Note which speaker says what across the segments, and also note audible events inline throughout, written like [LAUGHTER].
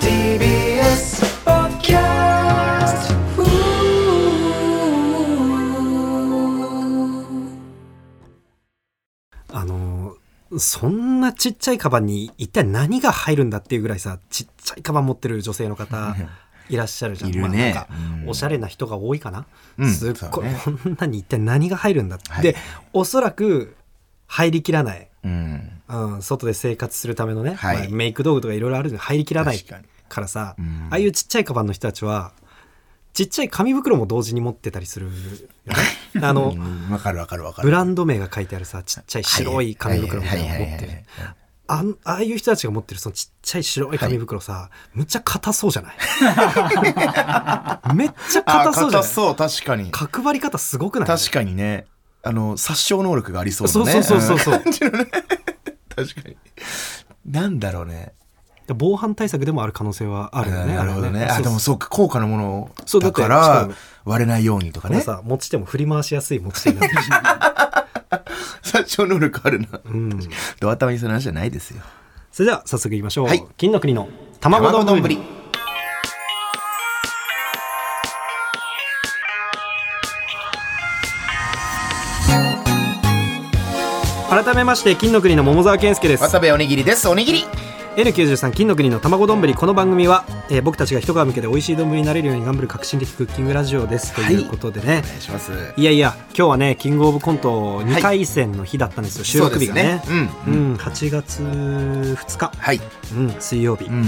Speaker 1: TBS ポッドキャスト
Speaker 2: あのそんなちっちゃいカバンに一体何が入るんだっていうぐらいさちっちゃいカバン持ってる女性
Speaker 3: [LAUGHS]
Speaker 2: の方いらっしゃるじゃん
Speaker 3: いるね
Speaker 2: まあなんか
Speaker 3: うん
Speaker 2: おしゃれな人が多いかな、
Speaker 3: うん
Speaker 2: すっごい、
Speaker 3: そ
Speaker 2: こんなに一体何が入るんだって、
Speaker 3: はい
Speaker 2: でおそらく入りきらない、
Speaker 3: うん
Speaker 2: うん、外で生活するためのね、
Speaker 3: はい
Speaker 2: まあメイク道具とかいろいろあるじゃん入りきらない
Speaker 3: 確かに
Speaker 2: からさ
Speaker 3: ん
Speaker 2: ああいうちっちゃいカバンの人たちはちっちゃい紙袋も同時に持ってたりす
Speaker 3: [LAUGHS]
Speaker 2: るよねあの、
Speaker 3: うんわかるわかるわかる
Speaker 2: ブランド名が書いてあるさちっちゃい白い紙袋みたいなの持ってるあんああいう人たちが持ってるそのちっちゃい白い紙袋さ、むっちゃ硬そうじゃないめっちゃ
Speaker 3: 硬そ
Speaker 2: 硬そううじゃ
Speaker 3: 硬
Speaker 2: ない
Speaker 3: そう確かに
Speaker 2: 角張り方すごくない
Speaker 3: 確かにねあの殺傷能力がありそうだね
Speaker 2: そうそうそうそうそうん
Speaker 3: 感じのね [LAUGHS] 確かになんだろうね
Speaker 2: で防犯対策でもある可能性はあるよね
Speaker 3: なるほどね
Speaker 2: れは
Speaker 3: あでもそうか高価なもの
Speaker 2: そうだ
Speaker 3: だ
Speaker 2: って
Speaker 3: から
Speaker 2: しかも
Speaker 3: 割れないようにとか
Speaker 2: この
Speaker 3: ね
Speaker 2: さ持ち手も振り回しやすい持ち手になってるし
Speaker 3: [LAUGHS] 殺傷能力あるな
Speaker 2: うん [LAUGHS]
Speaker 3: ドア玉にする話じゃないですよ
Speaker 2: それでは早速いきましょう、
Speaker 3: はい
Speaker 2: 金の国の卵丼
Speaker 3: 卵
Speaker 2: 改めまして金の国の桃沢健介です
Speaker 3: 渡部おにぎりですおにぎり
Speaker 2: N93 金の国の卵丼この番組は、えー僕たちが一皮向けて美味しい丼になれるように頑張る革新的クッキングラジオですと
Speaker 3: はい
Speaker 2: いうことでね、
Speaker 3: お願いします
Speaker 2: い、やいや今日はねキングオブコント2回戦の日だったんですよ、収録日がね
Speaker 3: そうですね
Speaker 2: う
Speaker 3: うん、
Speaker 2: ん、8月2日、
Speaker 3: はい、
Speaker 2: うん、水曜日、
Speaker 3: うん、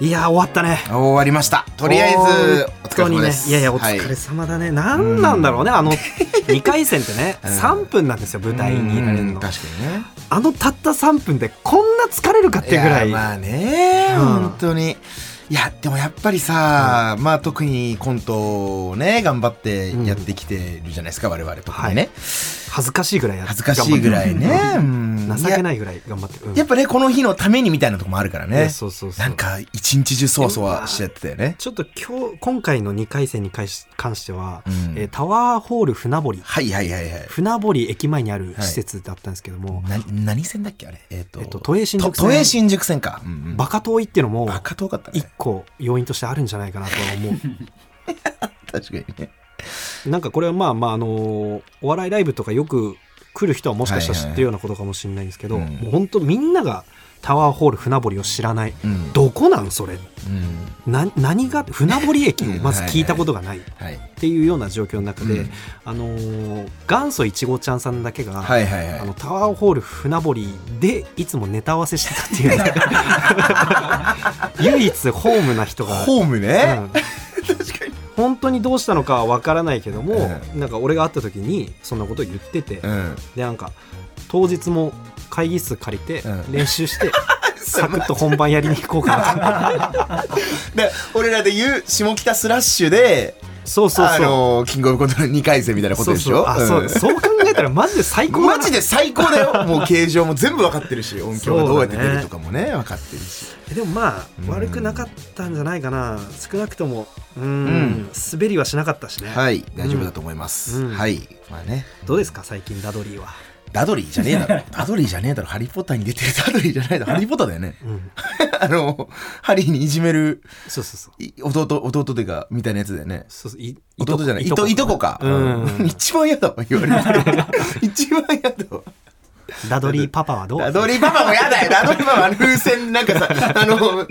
Speaker 2: いやー終わったね
Speaker 3: 終わりましたとりあえずお疲れ様です、
Speaker 2: 本当にねいやいやお疲れ様だね、なんなんだろうねあの2回戦ってね、
Speaker 3: うん
Speaker 2: 3分なんですよ舞台にいられる
Speaker 3: うん
Speaker 2: の
Speaker 3: 確かにね
Speaker 2: あのたった3分でこんな疲れるかってぐらい
Speaker 3: やまあね、
Speaker 2: うん
Speaker 3: 本当にいやでもやっぱりさ、まあ特にコントをね頑張ってやってきてるじゃないですか、我々特にね、
Speaker 2: 恥ずかしいぐらいやっ
Speaker 3: 恥ずかしいぐらいね、うん
Speaker 2: 情け
Speaker 3: い
Speaker 2: ないぐらい頑張ってる、う
Speaker 3: や
Speaker 2: ん
Speaker 3: やっぱねこの日のためにみたいなとこもあるから
Speaker 2: い
Speaker 3: ね
Speaker 2: やそうそうそう
Speaker 3: なんか一日中そわそわしちゃってたよね
Speaker 2: ちょっと今日今回の2回戦に関し関しては、
Speaker 3: うん
Speaker 2: えータワーホール船堀
Speaker 3: はいはいはいはい
Speaker 2: 船堀駅前にある施設だったんですけども、
Speaker 3: な何線だっけあれえっ、と,
Speaker 2: え
Speaker 3: と、
Speaker 2: っと都営新宿線
Speaker 3: 都営新宿線か、うんうん
Speaker 2: バカ遠いっていうのも
Speaker 3: バカ遠かったね
Speaker 2: 一個要因としてあるんじゃないかなとは思う
Speaker 3: [LAUGHS] 確かにね
Speaker 2: なんかこれはまあまああのお笑いライブとかよく来る人はもしかした
Speaker 3: は
Speaker 2: ら
Speaker 3: い
Speaker 2: 知
Speaker 3: はい
Speaker 2: ってるようなことかもしれないんですけど、
Speaker 3: うん
Speaker 2: もう本当みんながタワーホール船堀を知らない、
Speaker 3: うん
Speaker 2: どこなんそれ
Speaker 3: うん
Speaker 2: な何が船堀駅をまず聞いたことがないっ
Speaker 3: はい
Speaker 2: ていうような状況の中で、
Speaker 3: うん
Speaker 2: あのー元祖いちごちゃんさんだけが、
Speaker 3: はいはいはい
Speaker 2: あのタワーホール船堀でいつもネタ合わせしてたっていうね
Speaker 3: [LAUGHS]
Speaker 2: 唯一ホームな人が
Speaker 3: ホームね、
Speaker 2: うん本当にどうしたのかは分からないけども、
Speaker 3: う
Speaker 2: なんか俺が会った時にそんなこと言ってて、
Speaker 3: うん
Speaker 2: でなんか当日も会議室借りて
Speaker 3: うん
Speaker 2: 練
Speaker 3: [LAUGHS]
Speaker 2: 習して、サクッと本番やりに行こうかなと
Speaker 3: で俺らで言う下北スラッシュで
Speaker 2: そうそうそう、
Speaker 3: あのーキングオブコントの2回戦みたいなことでしょ
Speaker 2: そうそうあ
Speaker 3: ん
Speaker 2: そうそう考えたらマジで最高だな
Speaker 3: マジで最高だ
Speaker 2: [LAUGHS]
Speaker 3: よもう形状も全部分かってるし音響がどうやって出るとかもね分かってるし
Speaker 2: でもまあ
Speaker 3: うん
Speaker 2: 悪くなかったんじゃないかな少なくともうーん
Speaker 3: うん
Speaker 2: 滑りはしなかったしね、
Speaker 3: はい大丈夫だと思います、
Speaker 2: うん
Speaker 3: はいまあね
Speaker 2: どうですか最近ダドリーは、
Speaker 3: ダドリーじゃねえ [LAUGHS] だろダドリーじゃねえだろハリー・ポッターに出てるダドリーじゃないだろハリー・ポッターだよね
Speaker 2: うん、
Speaker 3: [LAUGHS] あのハリーにいじめる
Speaker 2: そうそうそう
Speaker 3: い弟弟というかみたいなやつだよね
Speaker 2: そうそうい
Speaker 3: 弟じゃないいといとこか、
Speaker 2: うん
Speaker 3: 一番嫌だわ言われ [LAUGHS] て一番嫌だわ
Speaker 2: ダドリーパパはどう
Speaker 3: ダドリーパパも嫌だよダドリーパパあの風船なんかさ [LAUGHS] あの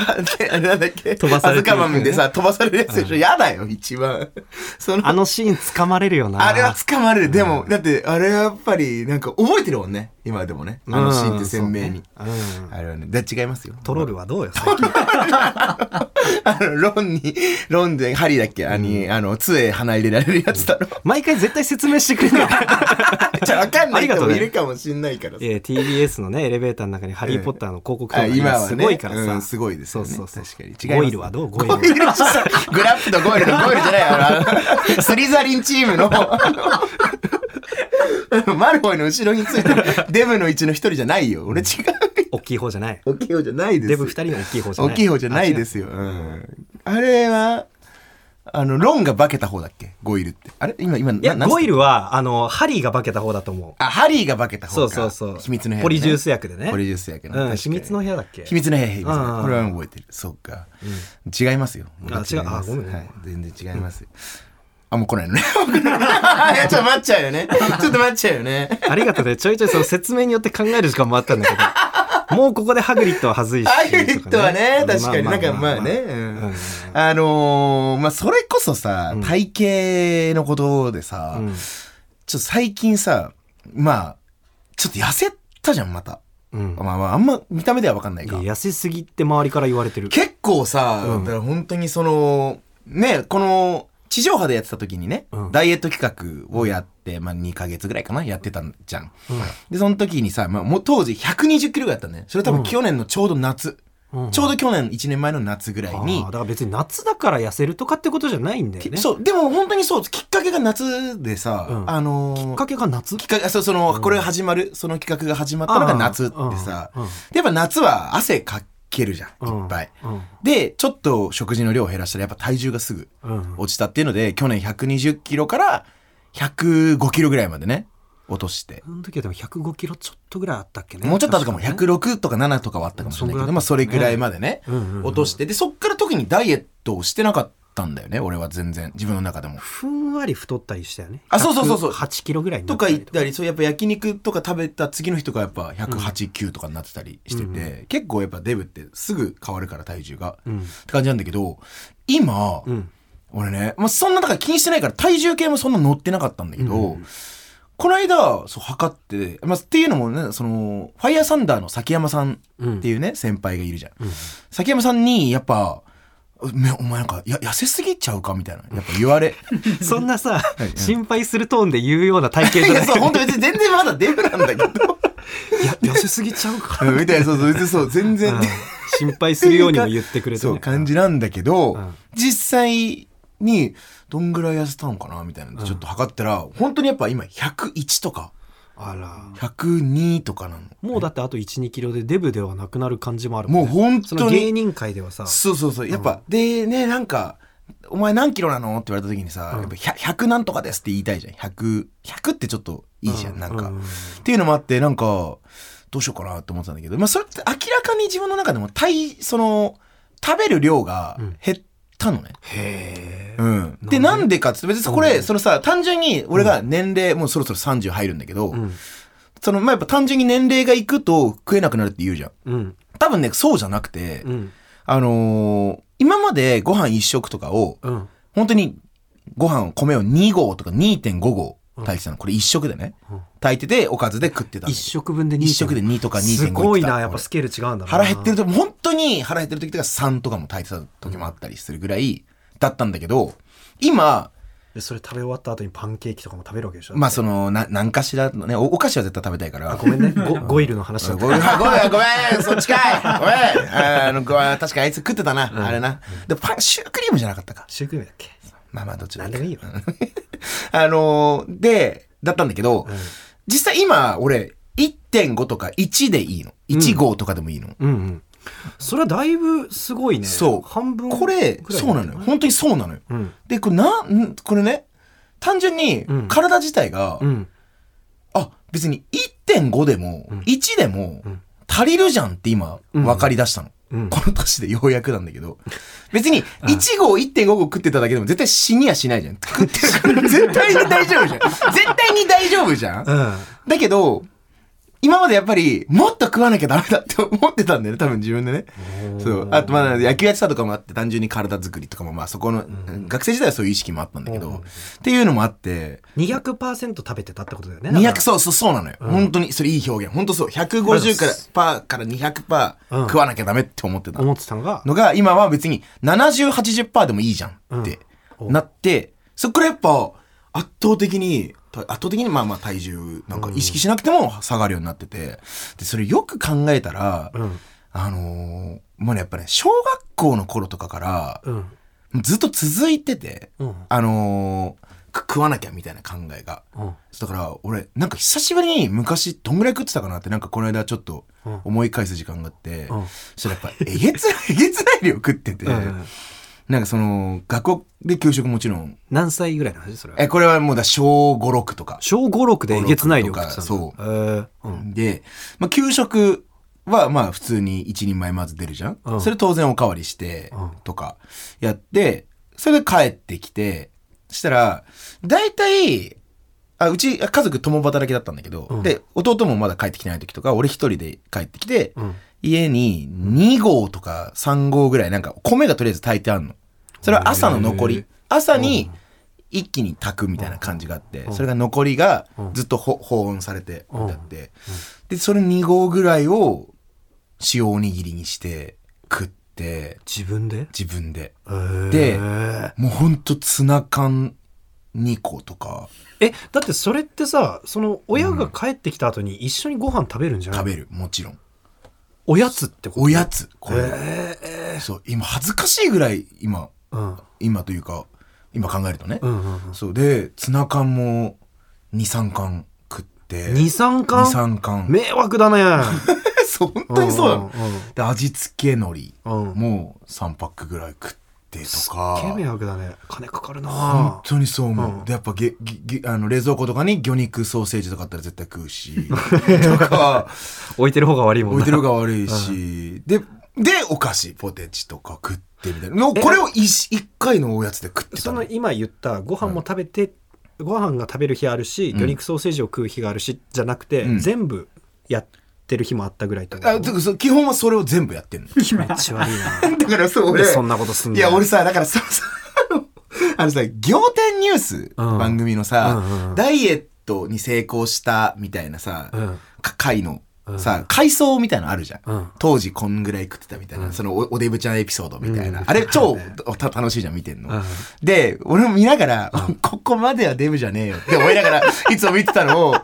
Speaker 3: あれなんだっけ
Speaker 2: 飛ばされてる
Speaker 3: アズカバンでさ飛ばされるやつでしょ嫌だよ一番その
Speaker 2: あのシーン掴まれるよな
Speaker 3: あれは捕まるでもだってあれはやっぱりなんか覚えてるもんね今でもねあのシーンって鮮明に、
Speaker 2: うんそうねうん
Speaker 3: あれはねで違いますよ
Speaker 2: トロルはどうよ最
Speaker 3: [LAUGHS]
Speaker 2: 近
Speaker 3: あのロンにロンでハリーだっけあに、あの杖鼻入れられるやつだ
Speaker 2: [LAUGHS]
Speaker 3: ろ
Speaker 2: 毎回絶対説明してく
Speaker 3: [LAUGHS]
Speaker 2: れない
Speaker 3: じゃあ分かんない
Speaker 2: ありが
Speaker 3: 人
Speaker 2: と
Speaker 3: も
Speaker 2: うね
Speaker 3: いるかもしんないからさ
Speaker 2: えー TBS のねエレベーターの中に「ハリー・ポッター」の広告とか
Speaker 3: あ今
Speaker 2: 今
Speaker 3: はね
Speaker 2: すごいからさ、
Speaker 3: うんすごいですよね
Speaker 2: そうそうそう
Speaker 3: 確かに違いますね
Speaker 2: ゴイルはどうゴイル
Speaker 3: ゴイルじゃないグラップとゴイルのゴイルじゃないあのあのスリザリンチームの [LAUGHS] あのマルフォイの後ろについてるデブのうちの一人じゃないよ
Speaker 2: [LAUGHS]
Speaker 3: 俺違う
Speaker 2: 大きい方じゃない
Speaker 3: 大きい方じゃないです
Speaker 2: デブ二人の大きい方じゃな
Speaker 3: 大
Speaker 2: い
Speaker 3: きい方じゃないですよ、うん、あれはあの、ロンが化けた方だっけゴイルって。あれ今、今、
Speaker 2: いや、
Speaker 3: ななんつっ
Speaker 2: ゴ
Speaker 3: た
Speaker 2: イルは、あの、ハリーが化けた方だと思う。
Speaker 3: あ、ハリーが化けた方
Speaker 2: そう
Speaker 3: か。
Speaker 2: そうそう。
Speaker 3: 秘密の部屋、ね。
Speaker 2: ポリジュース薬でね。
Speaker 3: ポリジュースやけど。
Speaker 2: うん、秘密の部屋だっけ
Speaker 3: 秘密の部屋、秘密の部
Speaker 2: うんうん
Speaker 3: 屋。これは覚えてる。そうか。違いますよ。
Speaker 2: あ違うあごめんごめん
Speaker 3: はい。全然違いますよ。あ、もう来ないのね。 [LAUGHS] いや、ちょっと待っちゃうよね。ちょっと待っちゃうよね。
Speaker 2: ありがとうね。ちょいちょいその説明によって考える時間もあったん
Speaker 3: [LAUGHS]
Speaker 2: だけど。もうここでハグリッドははずいし。
Speaker 3: ハグリッドはね、確かになんかまあね。
Speaker 2: う
Speaker 3: うん
Speaker 2: ん
Speaker 3: あのー、まあ、それこそさ、体型のことでさ、
Speaker 2: うん
Speaker 3: ちょっと最近さ、まあ、ちょっと痩せたじゃん、また。
Speaker 2: うん
Speaker 3: まあまあ、あんま見た目では分かんない
Speaker 2: い
Speaker 3: か
Speaker 2: や。痩せすぎって周りから言われてる。
Speaker 3: 結構さ、
Speaker 2: うん
Speaker 3: だから本当にその、ね、この、地上波でやってた時にね、
Speaker 2: うん
Speaker 3: ダイエット企画をやって、まあ2ヶ月ぐらいかな、やってたんじゃん。
Speaker 2: うん
Speaker 3: で、その時にさ、まあもう当時120キロぐらいだったんだよ。それ多分去年のちょうど夏。
Speaker 2: うん
Speaker 3: ちょうど去年1年前の夏ぐらいに
Speaker 2: あーだ、から別に夏だから痩せるとかってことじゃないんだよね。
Speaker 3: そう、でも本当にそう、きっかけが夏でさ、
Speaker 2: うん
Speaker 3: あのー
Speaker 2: きっかけが夏
Speaker 3: きっかけ、そう、その、これが始まる、その企画が始まったのが夏ってさ、
Speaker 2: うんうん
Speaker 3: でやっぱ夏は汗かけるじゃん、
Speaker 2: うん
Speaker 3: いっぱい。
Speaker 2: うん
Speaker 3: で、ちょっと食事の量を減らしたらやっぱ体重がすぐ
Speaker 2: うん
Speaker 3: 落ちたっていうので、去年120キロから105キロぐらいまでね、落として。
Speaker 2: その時はでも105キロちょっとぐらいあったっけね。
Speaker 3: もうちょっとあったかも、
Speaker 2: 確ね
Speaker 3: 106とか7とかはあったかもしれないけど、まあそ
Speaker 2: そんぐら
Speaker 3: れ
Speaker 2: い
Speaker 3: ぐらいまでね、
Speaker 2: うんうんうん
Speaker 3: 落として。で、そっから特にダイエットをしてなかったんだよね、俺は全然。自分の中でも。
Speaker 2: ふんわり太ったりしたよね。
Speaker 3: あそうそうそうそう
Speaker 2: 8キロぐらいに
Speaker 3: と
Speaker 2: なった
Speaker 3: か
Speaker 2: り
Speaker 3: 行ったり、そうやっぱ焼肉とか食べた次の日とかやっぱ108、9とかになってたりしてて、結構やっぱデブってすぐ変わるから体重が、
Speaker 2: うん
Speaker 3: って感じなんだけど、今、
Speaker 2: うん。
Speaker 3: 俺ね、まあ、そんなだから気にしてないから体重計もそんな乗ってなかったんだけど、この間、そう、測って、まあ、っていうのもね、その、ファイヤーサンダーの崎山さんっていうね、先輩がいるじゃん。崎山さんに、やっぱ、めお前なんか、や、痩せすぎちゃうかみたいな、やっぱ言われ。
Speaker 2: そんなさ、心配するトーンで言うような体型じ
Speaker 3: い
Speaker 2: ゃな
Speaker 3: や、
Speaker 2: い
Speaker 3: そう、本当別に全然まだデブなんだけど。
Speaker 2: [LAUGHS] いや、痩せすぎちゃうか
Speaker 3: うんみたいな、そうそう、別にそう、全然。
Speaker 2: ら。心配するようにも言ってくれて、
Speaker 3: そ
Speaker 2: ね。
Speaker 3: う、感じなんだけど、
Speaker 2: うん
Speaker 3: 実際に、どんぐらい痩せたのかなみたいなのでちょっと測ったら、本当にやっぱ今101とか、
Speaker 2: あら。
Speaker 3: 102とかなの。
Speaker 2: もうだってあと1、2キロでデブではなくなる感じもあるん、
Speaker 3: もう本
Speaker 2: そ
Speaker 3: 当
Speaker 2: の
Speaker 3: に。
Speaker 2: 芸人界ではさ、
Speaker 3: そうそうそう。やっぱ、でね、なんか、お前何キロなのって言われた時にさ、やっぱ 100, 100何とかですって言いたいじゃん。100、100ってちょっといいじゃん、
Speaker 2: うん
Speaker 3: なんか、
Speaker 2: うん
Speaker 3: っていうのもあって、なんか、どうしようかなって思ってたんだけど、まあそれって明らかに自分の中でも体、その、食べる量が減ったのね。
Speaker 2: へえ。
Speaker 3: うん。で、なんでかって別にこ
Speaker 2: なん
Speaker 3: れ、
Speaker 2: で
Speaker 3: そのさ、単純に俺が年齢、もうそろそろ30入るんだけど、
Speaker 2: うん。
Speaker 3: その、まあ、やっぱ単純に年齢がいくと食えなくなるって言うじゃん。
Speaker 2: うん。
Speaker 3: 多分ね、そうじゃなくて、
Speaker 2: うん。
Speaker 3: あのー今までご飯一食とかを、
Speaker 2: うん。
Speaker 3: 本当にご飯、米を2合とか2.5合炊いてたの。これ一食でね
Speaker 2: うん。
Speaker 3: 炊いてて、おかずで食ってたの
Speaker 2: 一。食分で2
Speaker 3: 1食で2とか2.5
Speaker 2: すごいな、やっぱ
Speaker 3: 俺
Speaker 2: スケール違うんだな。
Speaker 3: 腹減ってると、本当に腹減ってる時とか3とかも炊いてた時もあったりするぐらいだったんだけど、今、
Speaker 2: でそれ食べ終わった後にパンケーキとかも食べるわけでしょ
Speaker 3: まあその、な、何かしらのね、おお菓子は絶対食べたいから。
Speaker 2: ご
Speaker 3: [LAUGHS]
Speaker 2: めんね、ゴゴイルの話だ
Speaker 3: ご
Speaker 2: っ
Speaker 3: め
Speaker 2: た。
Speaker 3: ん、ごめん、 [LAUGHS] ごめん、そっちかいごめんあ
Speaker 2: [LAUGHS]
Speaker 3: の、ごめん確かあいつ食ってたな、あれな。で、パン、シュークリームじゃなかったか。
Speaker 2: シュークリームだっけ
Speaker 3: まあまあ、どっち
Speaker 2: なんでも
Speaker 3: [LAUGHS]
Speaker 2: いいよ。
Speaker 3: あのーで、だったんだけど、
Speaker 2: うん
Speaker 3: 実際今、俺、1.5とか1でいいの。1号とかでもいいの。
Speaker 2: うんうん。それはだいぶすごいね。
Speaker 3: そう。
Speaker 2: 半分
Speaker 3: これ、
Speaker 2: ぐらい
Speaker 3: そうなのよ。本当にそうなのよ。
Speaker 2: うん。
Speaker 3: で、これな、んこれね、単純に
Speaker 2: うん、
Speaker 3: 体自体が、
Speaker 2: うん。
Speaker 3: あ、別に1.5でも、1でも
Speaker 2: ん、
Speaker 3: 足りるじゃんって今、
Speaker 2: うん
Speaker 3: 分かり出したの。
Speaker 2: うん
Speaker 3: この年でようやくなんだけど。別に、1号、1.5号食ってただけでも絶対死にはしないじゃん。食ってるから [LAUGHS] 絶対に大丈夫じゃん。絶対に大丈夫じゃん。
Speaker 2: うん。
Speaker 3: だけど、今までやっぱり、もっと食わなきゃダメだって思ってたんだよね、多分自分でね。そう。あと、まあ、野球やってたとかもあって、単純に体作りとかも、まあ、そこの、学生時代はそういう意識もあったんだけど、っていうのもあって、
Speaker 2: 200%食べてたってことだよね。だ
Speaker 3: 200、
Speaker 2: か
Speaker 3: そうそう、そうなのよ。本当に、それいい表現。本当そう。150から、パーから200パ
Speaker 2: う
Speaker 3: ー
Speaker 2: ん
Speaker 3: 食わなきゃダメって思ってた
Speaker 2: ら思ってたのが、
Speaker 3: のが、今は別に70、80パーでもいいじゃんって
Speaker 2: うん
Speaker 3: なって、そっからやっぱ圧倒的に、圧倒的にまあまあ体重なんか意識しなくても下がるようになってて、で、それよく考えたら、
Speaker 2: うん。
Speaker 3: あのー、もうね、やっぱね、小学校の頃とかから、
Speaker 2: うん。
Speaker 3: ずっと続いてて、
Speaker 2: うん
Speaker 3: あのー、く食わなきゃみたいな考えが。
Speaker 2: うん。
Speaker 3: だから俺なんか久しぶりに昔どんぐらい食ってたかなってなんかこの間ちょっと思い返す時間があって、
Speaker 2: うん
Speaker 3: [LAUGHS] そしたらやっぱえげつないえげつない量食ってて、
Speaker 2: うん
Speaker 3: なんかその、学校で給食もちろん、
Speaker 2: 何歳ぐらいの話それは
Speaker 3: え、これはもうだ、小5、6とか。
Speaker 2: 小5、6でえげつない量食ってたの。
Speaker 3: そう
Speaker 2: えーうん
Speaker 3: で、まあ、給食はまあ普通に一人前まず出るじゃん、
Speaker 2: うん
Speaker 3: それ当然おかわりして
Speaker 2: うん
Speaker 3: とかやってそれで帰ってきてしたら大体あうち家族共働きだったんだけど、
Speaker 2: うん
Speaker 3: で弟もまだ帰ってきてない時とか俺一人で帰ってきて、
Speaker 2: うん。
Speaker 3: 家に2合とか3合ぐらいなんか米がとりあえず炊いてあんのそれは朝の残
Speaker 2: へ
Speaker 3: り
Speaker 2: ー
Speaker 3: 朝に一気に炊くみたいな感じがあってそれが残りがずっとほ保温されてだってでそれ2合ぐらいを塩おにぎりにして食って
Speaker 2: 自分で
Speaker 3: 自分で
Speaker 2: えー
Speaker 3: もうほんとツナ缶2個とか
Speaker 2: え、だってそれってさ、その親が帰ってきた後に一緒にご飯食べるんじゃない、
Speaker 3: 食べるもちろん
Speaker 2: おやつってこと
Speaker 3: おやつこれ
Speaker 2: え
Speaker 3: そう今恥ずかしいぐらい今
Speaker 2: ーうん。
Speaker 3: 今というか今考えるとね
Speaker 2: うんうんうん。
Speaker 3: そうでツナ缶も23缶食って
Speaker 2: 二酸化
Speaker 3: 23缶
Speaker 2: 迷惑だね。
Speaker 3: そう本当にそうなの
Speaker 2: う
Speaker 3: で味付け海苔
Speaker 2: んうん。うん。
Speaker 3: も3パックぐらい食ってとか
Speaker 2: すっげえ迷惑だね。金かかる
Speaker 3: 本
Speaker 2: な
Speaker 3: 当にそう思う、
Speaker 2: うん
Speaker 3: でやっぱげげげあの冷蔵庫とかに魚肉ソーセージとかあったら絶対食うしとか [LAUGHS]
Speaker 2: 置いてる方が悪いもんな
Speaker 3: 置いてるが悪いし、ででお菓子ポテチとか食ってみたいなのこれを 1, 回のおやつで食ってた
Speaker 2: そ
Speaker 3: の
Speaker 2: の今言ったご飯も食べて、ご飯が食べる日あるし魚肉ソーセージを食う日があるしじゃなくて、
Speaker 3: うん
Speaker 2: 全部やってる日もあったぐらいってこと
Speaker 3: あてかそう基本はそれを全部やって [LAUGHS] んの
Speaker 2: 気持ち悪いな
Speaker 3: だからそう
Speaker 2: な
Speaker 3: [LAUGHS]
Speaker 2: ん
Speaker 3: 俺
Speaker 2: でそんなことすんの
Speaker 3: いや、俺さ、だからそのさ、あのあのさ、仰天ニュース、
Speaker 2: うん
Speaker 3: 番組のさ、
Speaker 2: うんうんうん
Speaker 3: ダイエットに成功したみたいなさ、
Speaker 2: うん
Speaker 3: か回の
Speaker 2: うん
Speaker 3: さ、回想みたいなのあるじゃん。
Speaker 2: うん
Speaker 3: 当時こんぐらい食ってたみたいな、
Speaker 2: うん
Speaker 3: そのおおデブちゃんエピソードみたいな。
Speaker 2: うん
Speaker 3: あれ超
Speaker 2: うん
Speaker 3: た楽しいじゃん、見てんの。
Speaker 2: うん
Speaker 3: で、俺も見ながら、ここまではデブじゃねえよって思いなが
Speaker 2: [LAUGHS]
Speaker 3: ら、いつも見てたのを、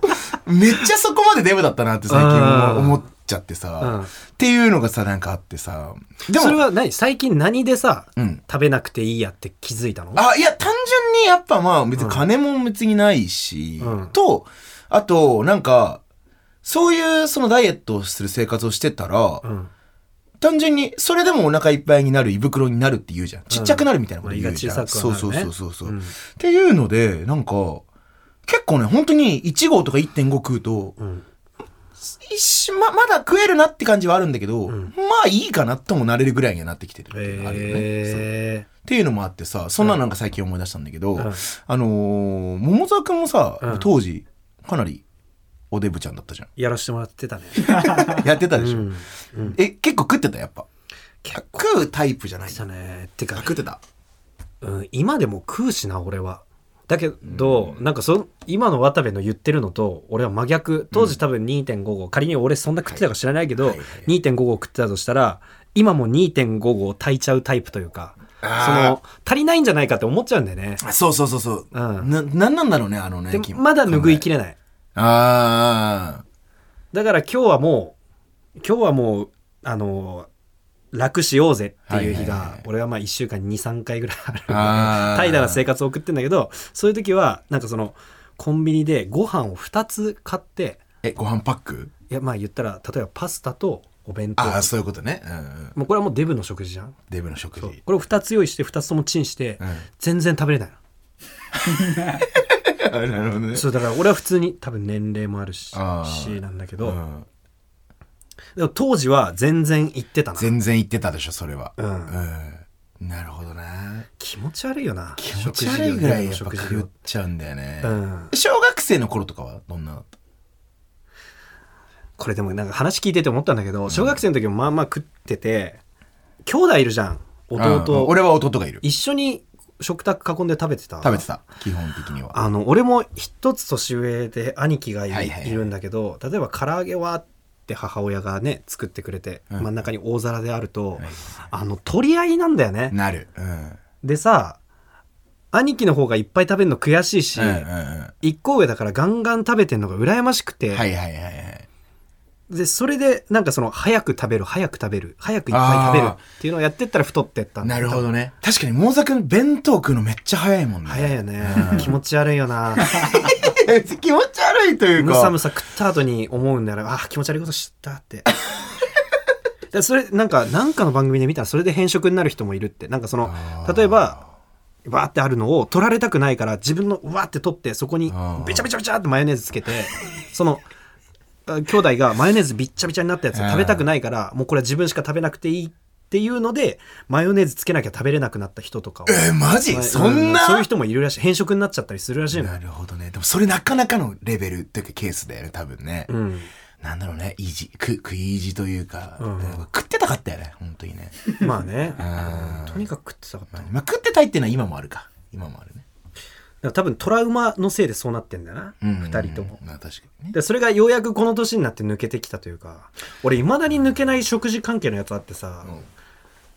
Speaker 3: めっちゃそこまでデブだったなって最近思思っちゃって
Speaker 2: うん
Speaker 3: さ、っていうのがさ、なんかあってさ。で
Speaker 2: それは何最近何でさ、
Speaker 3: うん
Speaker 2: 食べなくていいやって気づいたの
Speaker 3: あ、いや、単純にやっぱまあ別に金も別にないし、
Speaker 2: うん
Speaker 3: と、あと、なんか、そういうそのダイエットをする生活をしてたら、
Speaker 2: うん
Speaker 3: 単純にそれでもお腹いっぱいになる胃袋になるって言うじゃん。ちっちゃくなるみたいなこと言うじゃん。
Speaker 2: まあ胃が小さく
Speaker 3: そ
Speaker 2: は
Speaker 3: う
Speaker 2: な
Speaker 3: そ
Speaker 2: るね
Speaker 3: うそうそうそう、
Speaker 2: うん
Speaker 3: っていうので、なんか、結構ね、本当に1号とか1.5食うと、
Speaker 2: うん
Speaker 3: 一瞬ま、まだ食えるなって感じはあるんだけど、
Speaker 2: ん
Speaker 3: まあいいかなともなれるぐらいにはなってきてるっていうのがあるよね。そう
Speaker 2: え
Speaker 3: っていうのもあってさそんななんか最近思い出したんだけど、
Speaker 2: ん
Speaker 3: あのー桃沢君もさ、
Speaker 2: うん
Speaker 3: 当時かなりおデブちゃんだったじゃん [LAUGHS]
Speaker 2: やらしてもらってたね、
Speaker 3: やってたでしょ、
Speaker 2: うん、
Speaker 3: え結構食ってたやっぱ
Speaker 2: 結
Speaker 3: 食うタイプじゃないんだ
Speaker 2: したねて
Speaker 3: あ
Speaker 2: か
Speaker 3: 食ってた
Speaker 2: うん、今でも食うしな俺はだけど、なんかそ今の渡部の言ってるのと俺は真逆当時多分2.5号、仮に俺そんな食ってたか知らないけど、
Speaker 3: いはいはい
Speaker 2: 2.5号食ってたとしたら今も2.5号炊いちゃうタイプというかそ
Speaker 3: あ
Speaker 2: の足りないんじゃないかって思っちゃうんだよね
Speaker 3: あそうそうそうそう、
Speaker 2: うん
Speaker 3: ななんなんだろうねあのね
Speaker 2: で
Speaker 3: 君
Speaker 2: まだ拭いきれない
Speaker 3: ああ
Speaker 2: だから今日はもう今日はもうあの楽しようぜっていう
Speaker 3: はい
Speaker 2: 日
Speaker 3: はい
Speaker 2: が
Speaker 3: はい
Speaker 2: 俺はまあ1週間に23回ぐらいあるんで
Speaker 3: あー
Speaker 2: 怠惰な生活を送ってんだけどそういう時はなんかそのコンビニでご飯を2つ買って
Speaker 3: えご飯パック
Speaker 2: いやまあ言ったら例えばパスタとお弁当
Speaker 3: ああそういうことね、うんうん、
Speaker 2: もうこれはもうデブの食事じゃん
Speaker 3: デブの食
Speaker 2: そう
Speaker 3: 事
Speaker 2: これを2つ用意して2つともチンして、 [LAUGHS]
Speaker 3: ん
Speaker 2: 全然食べれないの
Speaker 3: なるほどね
Speaker 2: そうだから俺は普通に多分年齢もあるし
Speaker 3: あー
Speaker 2: しなんだけど、
Speaker 3: うん
Speaker 2: でも当時は全然行ってたな
Speaker 3: 全然言ってたでしょそれは
Speaker 2: うん
Speaker 3: うん、なるほどな
Speaker 2: 気持ち悪いよな
Speaker 3: 気持ち悪いぐらいやっぱ
Speaker 2: 食事量
Speaker 3: 食っちゃうんだよね、
Speaker 2: うん
Speaker 3: 小学生の頃とかはどんな
Speaker 2: これでもなんか話聞いてて思ったんだけど小学生の時もまあまあ食ってて兄弟いるじゃん
Speaker 3: あ
Speaker 2: 弟
Speaker 3: 俺は弟がいる
Speaker 2: 一緒に食卓囲んで食べてた
Speaker 3: 食べてた基本的には
Speaker 2: あの俺も一つ年上で兄貴がい,、
Speaker 3: はいはいはい
Speaker 2: るんだけど例えば唐揚げはって母親がね作ってくれて、
Speaker 3: うん
Speaker 2: 真ん中に大皿であると、
Speaker 3: はい
Speaker 2: あの取り合いなんだよね、
Speaker 3: なるうん
Speaker 2: でさ兄貴の方がいっぱい食べるの悔しいし、
Speaker 3: うんうんうんは
Speaker 2: 一個上だからガンガン食べてんのが羨ましくて、
Speaker 3: いはいはいはい
Speaker 2: でそれでなんかその早く食べる早く食べる早くいっぱい食べるっていうのをやってったら太ってったんだ
Speaker 3: なるほどね確かに桃沢君弁当食うのめっちゃ早いもん [LAUGHS] ね
Speaker 2: 早いよね、気持ち悪いよな
Speaker 3: 気持ち悪いという
Speaker 2: むさむ
Speaker 3: か
Speaker 2: さ食った後に思うんだよなあー気持ち悪いこと知ったって [LAUGHS] でそれなんかなんかの番組で見たらそれで変色になる人もいるってなんかその例えばバーってあるのを取られたくないから自分のわーって取ってそこに
Speaker 3: あー
Speaker 2: べちゃべちゃべちゃってマヨネーズつけてそのあ兄弟がマヨネーズびっちゃびちゃになったやつを食べたくないからもうこれは自分しか食べなくていいっていうのでマヨネーズつけなきゃ食べれなくなった人とかを
Speaker 3: えーマジ
Speaker 2: まあ
Speaker 3: そんな、
Speaker 2: うそういう人もいるらしい変色になっちゃったりするらしいの
Speaker 3: なるほどねでもそれなかなかのレベルっていうかケースだよね多分ね、
Speaker 2: うん
Speaker 3: なんだろうねイージく食い意地というか、食ってたかったよね本当にね、 [LAUGHS]
Speaker 2: まあね
Speaker 3: あー
Speaker 2: とにかく食ってたかっただか
Speaker 3: まあ、食ってたいっていうのは今もあるか今もあるね
Speaker 2: ら多分トラウマのせいでそうなってんだな
Speaker 3: うんうんうん
Speaker 2: 2人とも
Speaker 3: まあ確かにね
Speaker 2: でそれがようやくこの年になって抜けてきたというか俺いまだに抜けない食事関係のやつあってさ、
Speaker 3: うん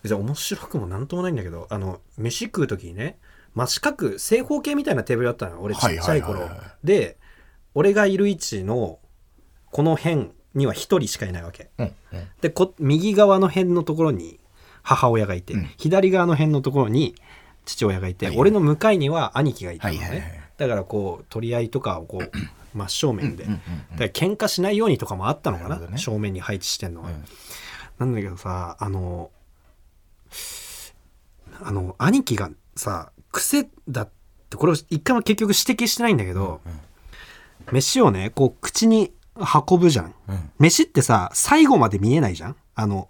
Speaker 2: 別に面白くもなんともないんだけどあの飯食う時にね真四角正方形みたいなテーブルだったの俺ちっちゃい頃、
Speaker 3: はいはいはいはい
Speaker 2: で俺がいる位置のこの辺には1人しかいないわけ
Speaker 3: うんうん
Speaker 2: でこ右側の辺のところに母親がいて、
Speaker 3: うん
Speaker 2: 左側の辺のところに父親がいて、
Speaker 3: はいはい
Speaker 2: 俺の向かいには兄貴がいたのね、
Speaker 3: はいはいはい
Speaker 2: だからこう取り合いとかをこう真正面で、
Speaker 3: うんうんうん
Speaker 2: だから喧嘩しないようにとかもあったのか
Speaker 3: な
Speaker 2: な
Speaker 3: るほどね
Speaker 2: 正面に配置してんのは、
Speaker 3: うん
Speaker 2: なんだけどさあのあの兄貴がさ癖だってこれを一回も結局指摘してないんだけど、飯をねこう口に運ぶじゃん
Speaker 3: うん
Speaker 2: 飯ってさ最後まで見えないじゃんあの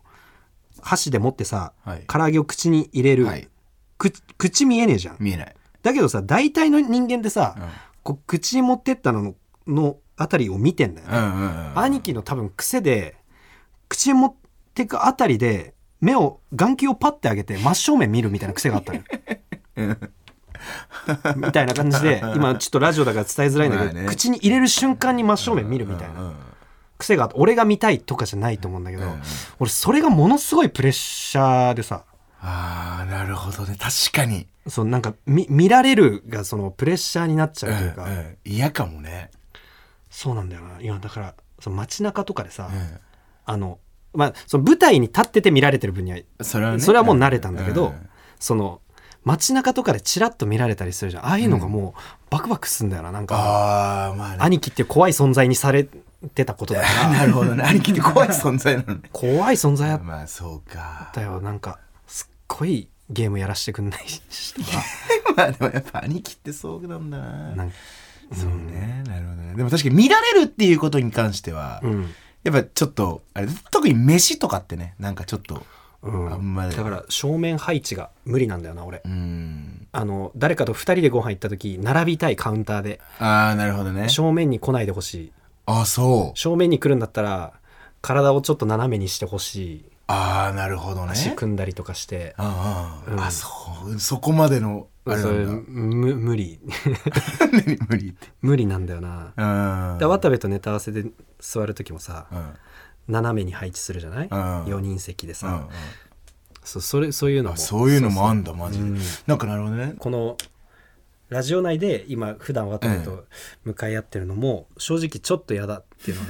Speaker 2: 箸で持ってさ、
Speaker 3: はい
Speaker 2: 唐揚げを口に入れる、
Speaker 3: はい
Speaker 2: く口見えねえじゃん
Speaker 3: 見えない
Speaker 2: だけどさ大体の人間ってさ、
Speaker 3: うん
Speaker 2: こう口に持ってったのののあたりを見てんだよね、
Speaker 3: うんうんうん
Speaker 2: 兄貴の多分癖で口に持ってくあたりで目を眼球をパッて上げて真正面見るみたいな癖があったのよみたいな感じで今ちょっとラジオだから伝えづらいんだけど、
Speaker 3: まあね
Speaker 2: 口に入れる瞬間に真正面見るみたい
Speaker 3: うんう
Speaker 2: なん癖があって俺が見たいとかじゃないと思うんだけど、俺それがものすごいプレッシャーでさ
Speaker 3: ああなるほどね確かに
Speaker 2: そのなんか見見られるがそのプレッシャーになっちゃうというか、
Speaker 3: うんうん嫌かもね
Speaker 2: そうなんだよな今だからその街中とかでさ、
Speaker 3: うん
Speaker 2: あのまあその舞台に立ってて見られてる分には
Speaker 3: それはね
Speaker 2: それはもう慣れたんだけど、
Speaker 3: ううん
Speaker 2: その街中とかでチラッと見られたりするじゃんああいうのがもうバクバクすんだよななんか、
Speaker 3: ああまあね
Speaker 2: 兄貴って怖い存在にされてたことだか
Speaker 3: [LAUGHS]
Speaker 2: ら
Speaker 3: なるほどね兄貴って怖い存在なのね
Speaker 2: 怖い存在だっ
Speaker 3: まあそうか [LAUGHS]
Speaker 2: たよなんかすっごいゲームやらしてくんないしとか
Speaker 3: まあでもやっぱ兄貴ってそうなんだな
Speaker 2: [LAUGHS] なんか
Speaker 3: そうねなるほどねでも確かに見られるっていうことに関しては、
Speaker 2: うん
Speaker 3: やっぱちょっとあれ特に飯とかってねなんかちょっと
Speaker 2: うん
Speaker 3: あんまり
Speaker 2: だから正面配置が無理なんだよな俺
Speaker 3: うん
Speaker 2: あの誰かと2人でご飯行った時並びたいカウンターで
Speaker 3: ああなるほどね
Speaker 2: 正面に来ないでほしい
Speaker 3: ああそう
Speaker 2: 正面に来るんだったら体をちょっと斜めにしてほしい
Speaker 3: ああなるほどね
Speaker 2: 足組んだりとかして
Speaker 3: ああ、
Speaker 2: うん
Speaker 3: あそうそこまでのあれ
Speaker 2: それ
Speaker 3: なんだ
Speaker 2: む無理 [LAUGHS]
Speaker 3: [LAUGHS] 何無理って
Speaker 2: 無理なんだよな
Speaker 3: うん
Speaker 2: で渡部とネタ合わせで座る時もさ
Speaker 3: うん
Speaker 2: 斜めに配置するじゃない
Speaker 3: うん
Speaker 2: 4人席
Speaker 3: う
Speaker 2: で
Speaker 3: ん
Speaker 2: さそそれそういうの
Speaker 3: あ
Speaker 2: も
Speaker 3: そういうのもあんだマジで、
Speaker 2: うん
Speaker 3: なんかなるほどね
Speaker 2: このラジオ内で今普段渡部と向かい合ってるのも正直ちょっと嫌だっていうのは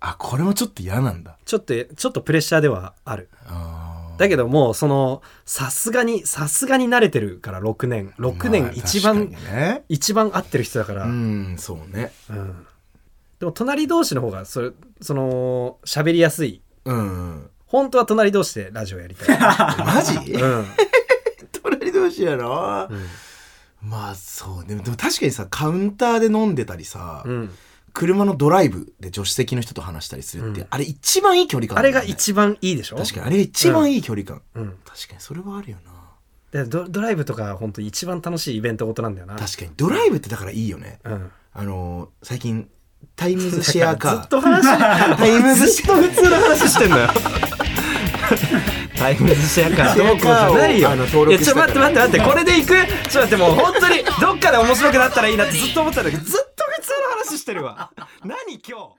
Speaker 3: あこれもちょっと嫌なんだ
Speaker 2: ちょっとちょっとプレッシャーではある
Speaker 3: あー
Speaker 2: だけどもうそのさすがにさすがに慣れてるから6年6年一番、
Speaker 3: まあ確かにね
Speaker 2: 一番合ってる人だから、
Speaker 3: うんそうね
Speaker 2: うんでも隣同士の方がそれその喋りやすい
Speaker 3: うんうん
Speaker 2: 本当は隣同士でラジオやりたい、
Speaker 3: マ [LAUGHS] ジ
Speaker 2: [LAUGHS] うん
Speaker 3: 隣同士やろ、
Speaker 2: うん
Speaker 3: まあそうねでも確かにさカウンターで飲んでたりさ、
Speaker 2: うん、
Speaker 3: 車のドライブで助手席の人と話したりするって、
Speaker 2: うん
Speaker 3: あれ一番いい距離感
Speaker 2: あ
Speaker 3: だよ
Speaker 2: れ
Speaker 3: ね、
Speaker 2: が一番いいでしょ
Speaker 3: 確かにあれが一番いい距離感、
Speaker 2: に、うん、
Speaker 3: 確かにそれはあるよな
Speaker 2: でドドライブとか本当一番楽しいイベントごとなんだよな
Speaker 3: 確かにドライブってだからいいよね、
Speaker 2: かに、うん、
Speaker 3: あのー最近タイムズシェアカ
Speaker 2: ず
Speaker 3: ー
Speaker 2: っと話して
Speaker 3: タイムズシェ
Speaker 2: ずっと普通の話してんだよタイムズシェアカーどうこうじゃないよ
Speaker 3: あの登録
Speaker 2: いやちょ
Speaker 3: した
Speaker 2: 待って
Speaker 3: から
Speaker 2: 待って待ってこれでいくちょっと待ってもう本当にどっかで面白くなったらいいなってずっと思ってたんだけどずっと普通の話してるわ何今日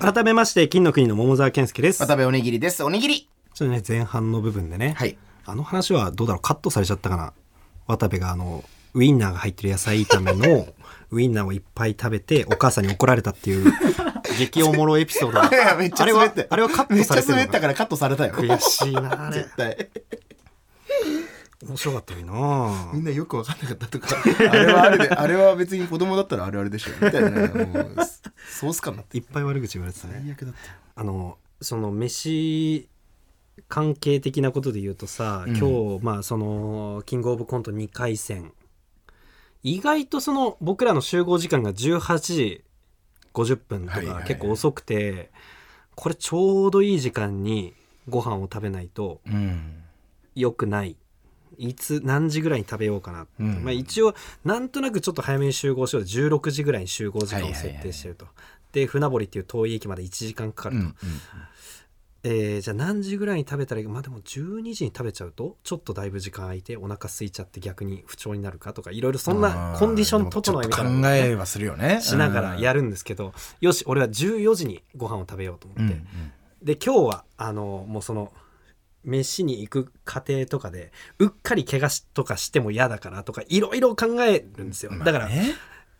Speaker 2: 改めまして、金の国の桃沢健介です。ちょ
Speaker 4: 渡部おにぎりです。おにぎり。
Speaker 2: っとね、前半の部分でね、
Speaker 4: はい
Speaker 2: あの話はどうだろう、カットされちゃったかな。渡部があの、ウインナーが入ってる野菜炒めの、
Speaker 4: [LAUGHS]
Speaker 2: ウインナーをいっぱい食べて、お母さんに怒られたっていう、激おもろエピソードが。
Speaker 4: いやめっちゃ
Speaker 2: あれ
Speaker 4: 滑っ
Speaker 2: は
Speaker 4: て、
Speaker 2: あれはカッ
Speaker 4: め
Speaker 2: ト
Speaker 4: っち
Speaker 2: さ
Speaker 4: ゃ
Speaker 2: れてる
Speaker 4: 滑
Speaker 2: の
Speaker 4: ったからカットされたよ。
Speaker 2: 悔しいなあれ
Speaker 4: 絶対。
Speaker 2: 面白かったよな
Speaker 4: みんなよくわかんなかったとか。あれはあれで、あれは別に子供だったらあるあるでしょ。みたいな。もう、ソース感だった。
Speaker 2: いっぱい悪口言われてたね。
Speaker 4: だった。
Speaker 2: あのその飯関係的なことで言うとさ、今日まあそのキングオブコント2回戦意外とその僕らの集合時間が18時50分と
Speaker 4: はいはい
Speaker 2: か
Speaker 4: はい
Speaker 2: 結構遅くて、これちょうどいい時間にご飯を食べないと
Speaker 4: うん。
Speaker 2: 良くないいつ何時ぐらいに食べようかなって、
Speaker 4: うん
Speaker 2: まあ、一応なんとなくちょっと早めに集合しようで16時ぐらいに集合時間を設定してると、で船堀っていう遠い駅まで1時間かかる
Speaker 4: う
Speaker 2: と、
Speaker 4: ん。
Speaker 2: えーじゃあ何時ぐらいに食べたらいいかまあでも12時に食べちゃうとちょっとだいぶ時間空いてお腹空いちゃって逆に不調になるかとかいろいろそんなコンディション整えみたいなのを
Speaker 4: 考えはするよね。
Speaker 2: しながらやるんですけどよし俺は14時にご飯を食べようと思って、で今日はあのもうその飯に行く過程とかでうっかり怪我しとかしても嫌だからとかいろいろ考えるんですよ、だから、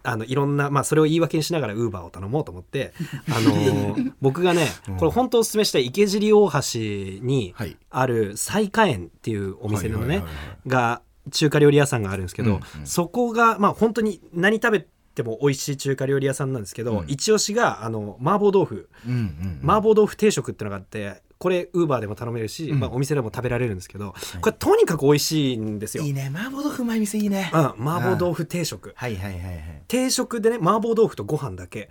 Speaker 2: あのいろんな、まあ、それを言い訳にしながらウーバーを頼もうと
Speaker 4: [LAUGHS]
Speaker 2: 思って、あのー僕がねこれ本当おすすめしたい池尻大橋に
Speaker 4: はい
Speaker 2: ある西華園っていうお店の
Speaker 4: はいはいはい
Speaker 2: ね
Speaker 4: は
Speaker 2: が中華料理屋さんがあるんですけ
Speaker 4: う
Speaker 2: ど、
Speaker 4: ん
Speaker 2: そこが、まあ、本当に何食べても美味しい中華料理屋さんなんですけど、一押しがあの麻婆豆腐
Speaker 4: うんうん。
Speaker 2: 麻婆豆腐定食ってのがあってこれウーバーでも頼めるし、まあ、お店でも食べられるんですけど、これとにかく美味しいんですよ。
Speaker 4: いいね。麻婆豆腐うまい店いいね。
Speaker 2: うん、麻婆豆腐定食、
Speaker 4: はいはいはいはい。
Speaker 2: 定食でね麻婆豆腐とご飯だけ、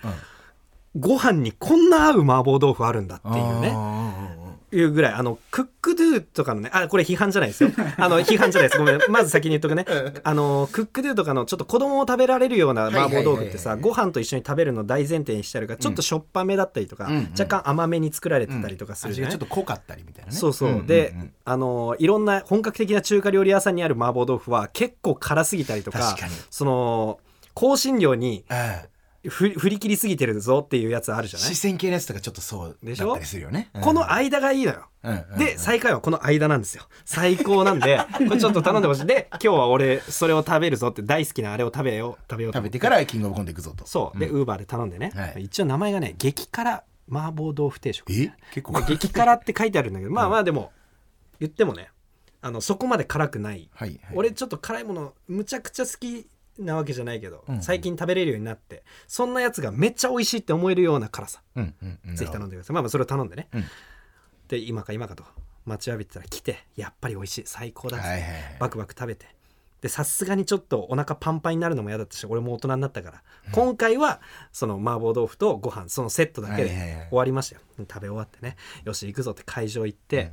Speaker 2: ご飯にこんな合う麻婆豆腐あるんだっていうね
Speaker 4: ね。
Speaker 2: いうぐらいあのクックドゥとかのねあこれ批判じゃない
Speaker 4: [LAUGHS]
Speaker 2: ですよあの批判じゃないですごめんまず先に言っとくねあのクックドゥとかのちょっと子供を食べられるような麻婆豆腐ってさご飯と一緒に食べるの大前提にしてあるからちょっとしょっぱめだったりとか、若干甘めに作られてたりとかする
Speaker 4: 味
Speaker 2: じゃ
Speaker 4: が
Speaker 2: ない
Speaker 4: ちょっと濃かったりみたいなね。
Speaker 2: そうそう、であのいろんな本格的な中華料理屋さんにある麻婆豆腐は結構辛すぎたりとか
Speaker 4: 確かに
Speaker 2: その香辛料に
Speaker 4: うん。
Speaker 2: ふ振り切りすぎてるぞっていうやつあるじゃない
Speaker 4: 視線系のやつとかちょっとそうだ
Speaker 2: でし
Speaker 4: っ
Speaker 2: ょ
Speaker 4: たりするよね。うん
Speaker 2: この間がいいのよ、
Speaker 4: うんうんうん
Speaker 2: で最下位はこの間なんですよ最高なん
Speaker 4: [LAUGHS]
Speaker 2: でこれちょっと頼んでほしいで今日は俺それを食べるぞって大好きなあれを食べよう食べよう
Speaker 4: 食
Speaker 2: と思
Speaker 4: べ
Speaker 2: っ
Speaker 4: て
Speaker 2: て
Speaker 4: からキングオブコント行くぞと。
Speaker 2: そうでウーバーで頼んでね、
Speaker 4: はい
Speaker 2: 一応名前がね激辛麻婆豆腐定食
Speaker 4: え結構。はい
Speaker 2: 激辛って書いてあるんだけどまあまあでも言ってもねあのそこまで辛くない、
Speaker 4: はい。
Speaker 2: 俺ちょっと辛いものむちゃくちゃ好きなわけじゃないけど、最近食べれるようになってそんなやつがめっちゃ美味しいって思えるような辛さ
Speaker 4: うんうんうん。
Speaker 2: ぜひ頼んでくださいまあまあそれを頼んでね、で今か今かと待ちわびてたら来てやっぱり美味しい最高だっつって、
Speaker 4: はいはいはい
Speaker 2: バクバク食べてでさすがにちょっとお腹パンパンになるのも嫌だったし俺も大人になったから、今回はその麻婆豆腐とご飯そのセットだけで
Speaker 4: はいはい
Speaker 2: 終
Speaker 4: はい
Speaker 2: わりましたよ、食べ終わってねよし行くぞって会場行って、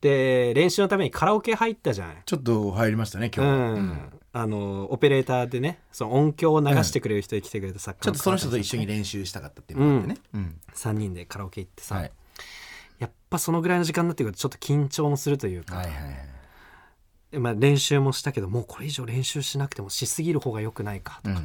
Speaker 2: で練習のためにカラオケ入ったじゃない
Speaker 4: ちょっと入りましたね
Speaker 2: う
Speaker 4: 今日。
Speaker 2: ん、あのオペレーターでねその音響を流してくれる人で来てくれた作
Speaker 4: ち
Speaker 2: 家
Speaker 4: ょっとその人と一緒に練習したかったっていうのがあってね。うん。
Speaker 2: 3人でカラオケ行ってさ、
Speaker 4: はい
Speaker 2: やっぱそのぐらいの時間になってくるとちょっと緊張もするというか、
Speaker 4: はいはいはい。
Speaker 2: まあ、練習もしたけどもうこれ以上練習しなくてもしすぎる方が良くないかとか、っ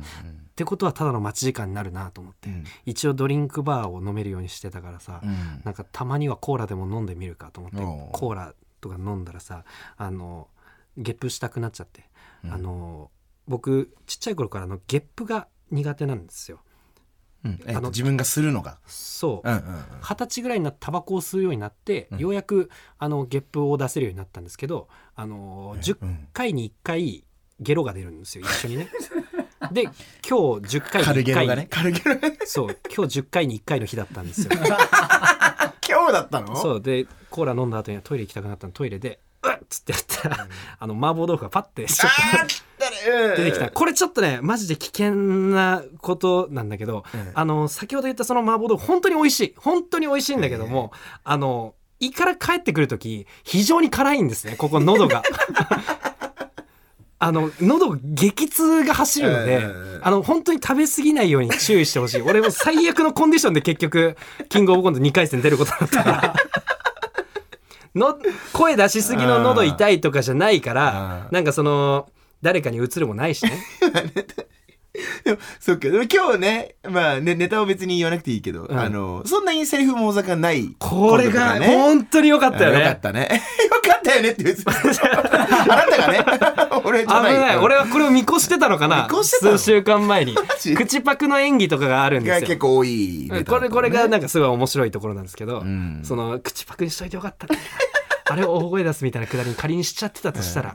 Speaker 2: てことはただの待ち時間になるなと思って、一応ドリンクバーを飲めるようにしてたからさ、なんかたまにはコーラでも飲んでみるかと思って
Speaker 4: おう
Speaker 2: コーラとか飲んだらさあのゲップしたくなっちゃって、あの僕ちっちゃい頃からあのゲップが苦手なんですよ。
Speaker 4: うんえっ
Speaker 2: あ
Speaker 4: と
Speaker 2: の
Speaker 4: 自分がするのが。
Speaker 2: そう、
Speaker 4: うんうんうん。
Speaker 2: 二十歳ぐらいになってタバコを吸うようになって、ようやくあのゲップを出せるようになったんですけど、あのー10回に1回ゲロが出るんですよ一緒に
Speaker 4: [LAUGHS]
Speaker 2: ね。で今日10回に
Speaker 4: 軽
Speaker 2: 1
Speaker 4: ゲロ
Speaker 2: 回
Speaker 4: がね。軽ゲロ。
Speaker 2: そう今日10回に1回の日だった
Speaker 4: [LAUGHS]
Speaker 2: んですよ。
Speaker 4: 今日だったの？
Speaker 2: そうでコーラ飲んだ後にはトイレ行きたくなったのトイレで「うっ!」つってやったら、あの麻婆豆腐がパッてちょっと出てきたこれちょっとねマジで危険なことなんだけど、あの先ほど言ったその麻婆豆腐本当に美味しい本当に美味しいんだけども、あの胃から帰ってくる時非常に辛いんですねここ喉
Speaker 3: [LAUGHS]
Speaker 2: が。あの喉激痛が走るので、あの本当に食べ過ぎないように注意してほしい俺も最悪のコンディションで結局キングオブコント2回戦出ることになったから。の声出しすぎの
Speaker 3: [LAUGHS]
Speaker 2: 喉痛いとかじゃないからなんかその誰かにうつるもないしね
Speaker 3: でもそっかでも今日ねまあねネタを別に言わなくていいけど、あのそんなにセリフも大阪ない
Speaker 2: これが
Speaker 3: ね
Speaker 2: 本当に良かったよ
Speaker 3: あよか
Speaker 2: ね
Speaker 3: っ。たね。 [LAUGHS] よかったよねって
Speaker 2: [LAUGHS]
Speaker 3: 別に。あなたがね。 [LAUGHS] 俺
Speaker 2: 危
Speaker 3: じゃない。
Speaker 2: ない。俺はこれを見越してたのかな
Speaker 3: 見越してたの
Speaker 2: 数週間前 [LAUGHS] に
Speaker 3: ジ。
Speaker 2: 口パクの演技とかがあるんで
Speaker 3: が
Speaker 2: すよ
Speaker 3: 結。構多いネタだったね、
Speaker 2: これこれがなんかすごい面白いところなんですけど、
Speaker 3: ん
Speaker 2: その口パクにしといてよかった [LAUGHS] ねあれを大声出すみたいなくだりに仮にしちゃってたとした [LAUGHS] ら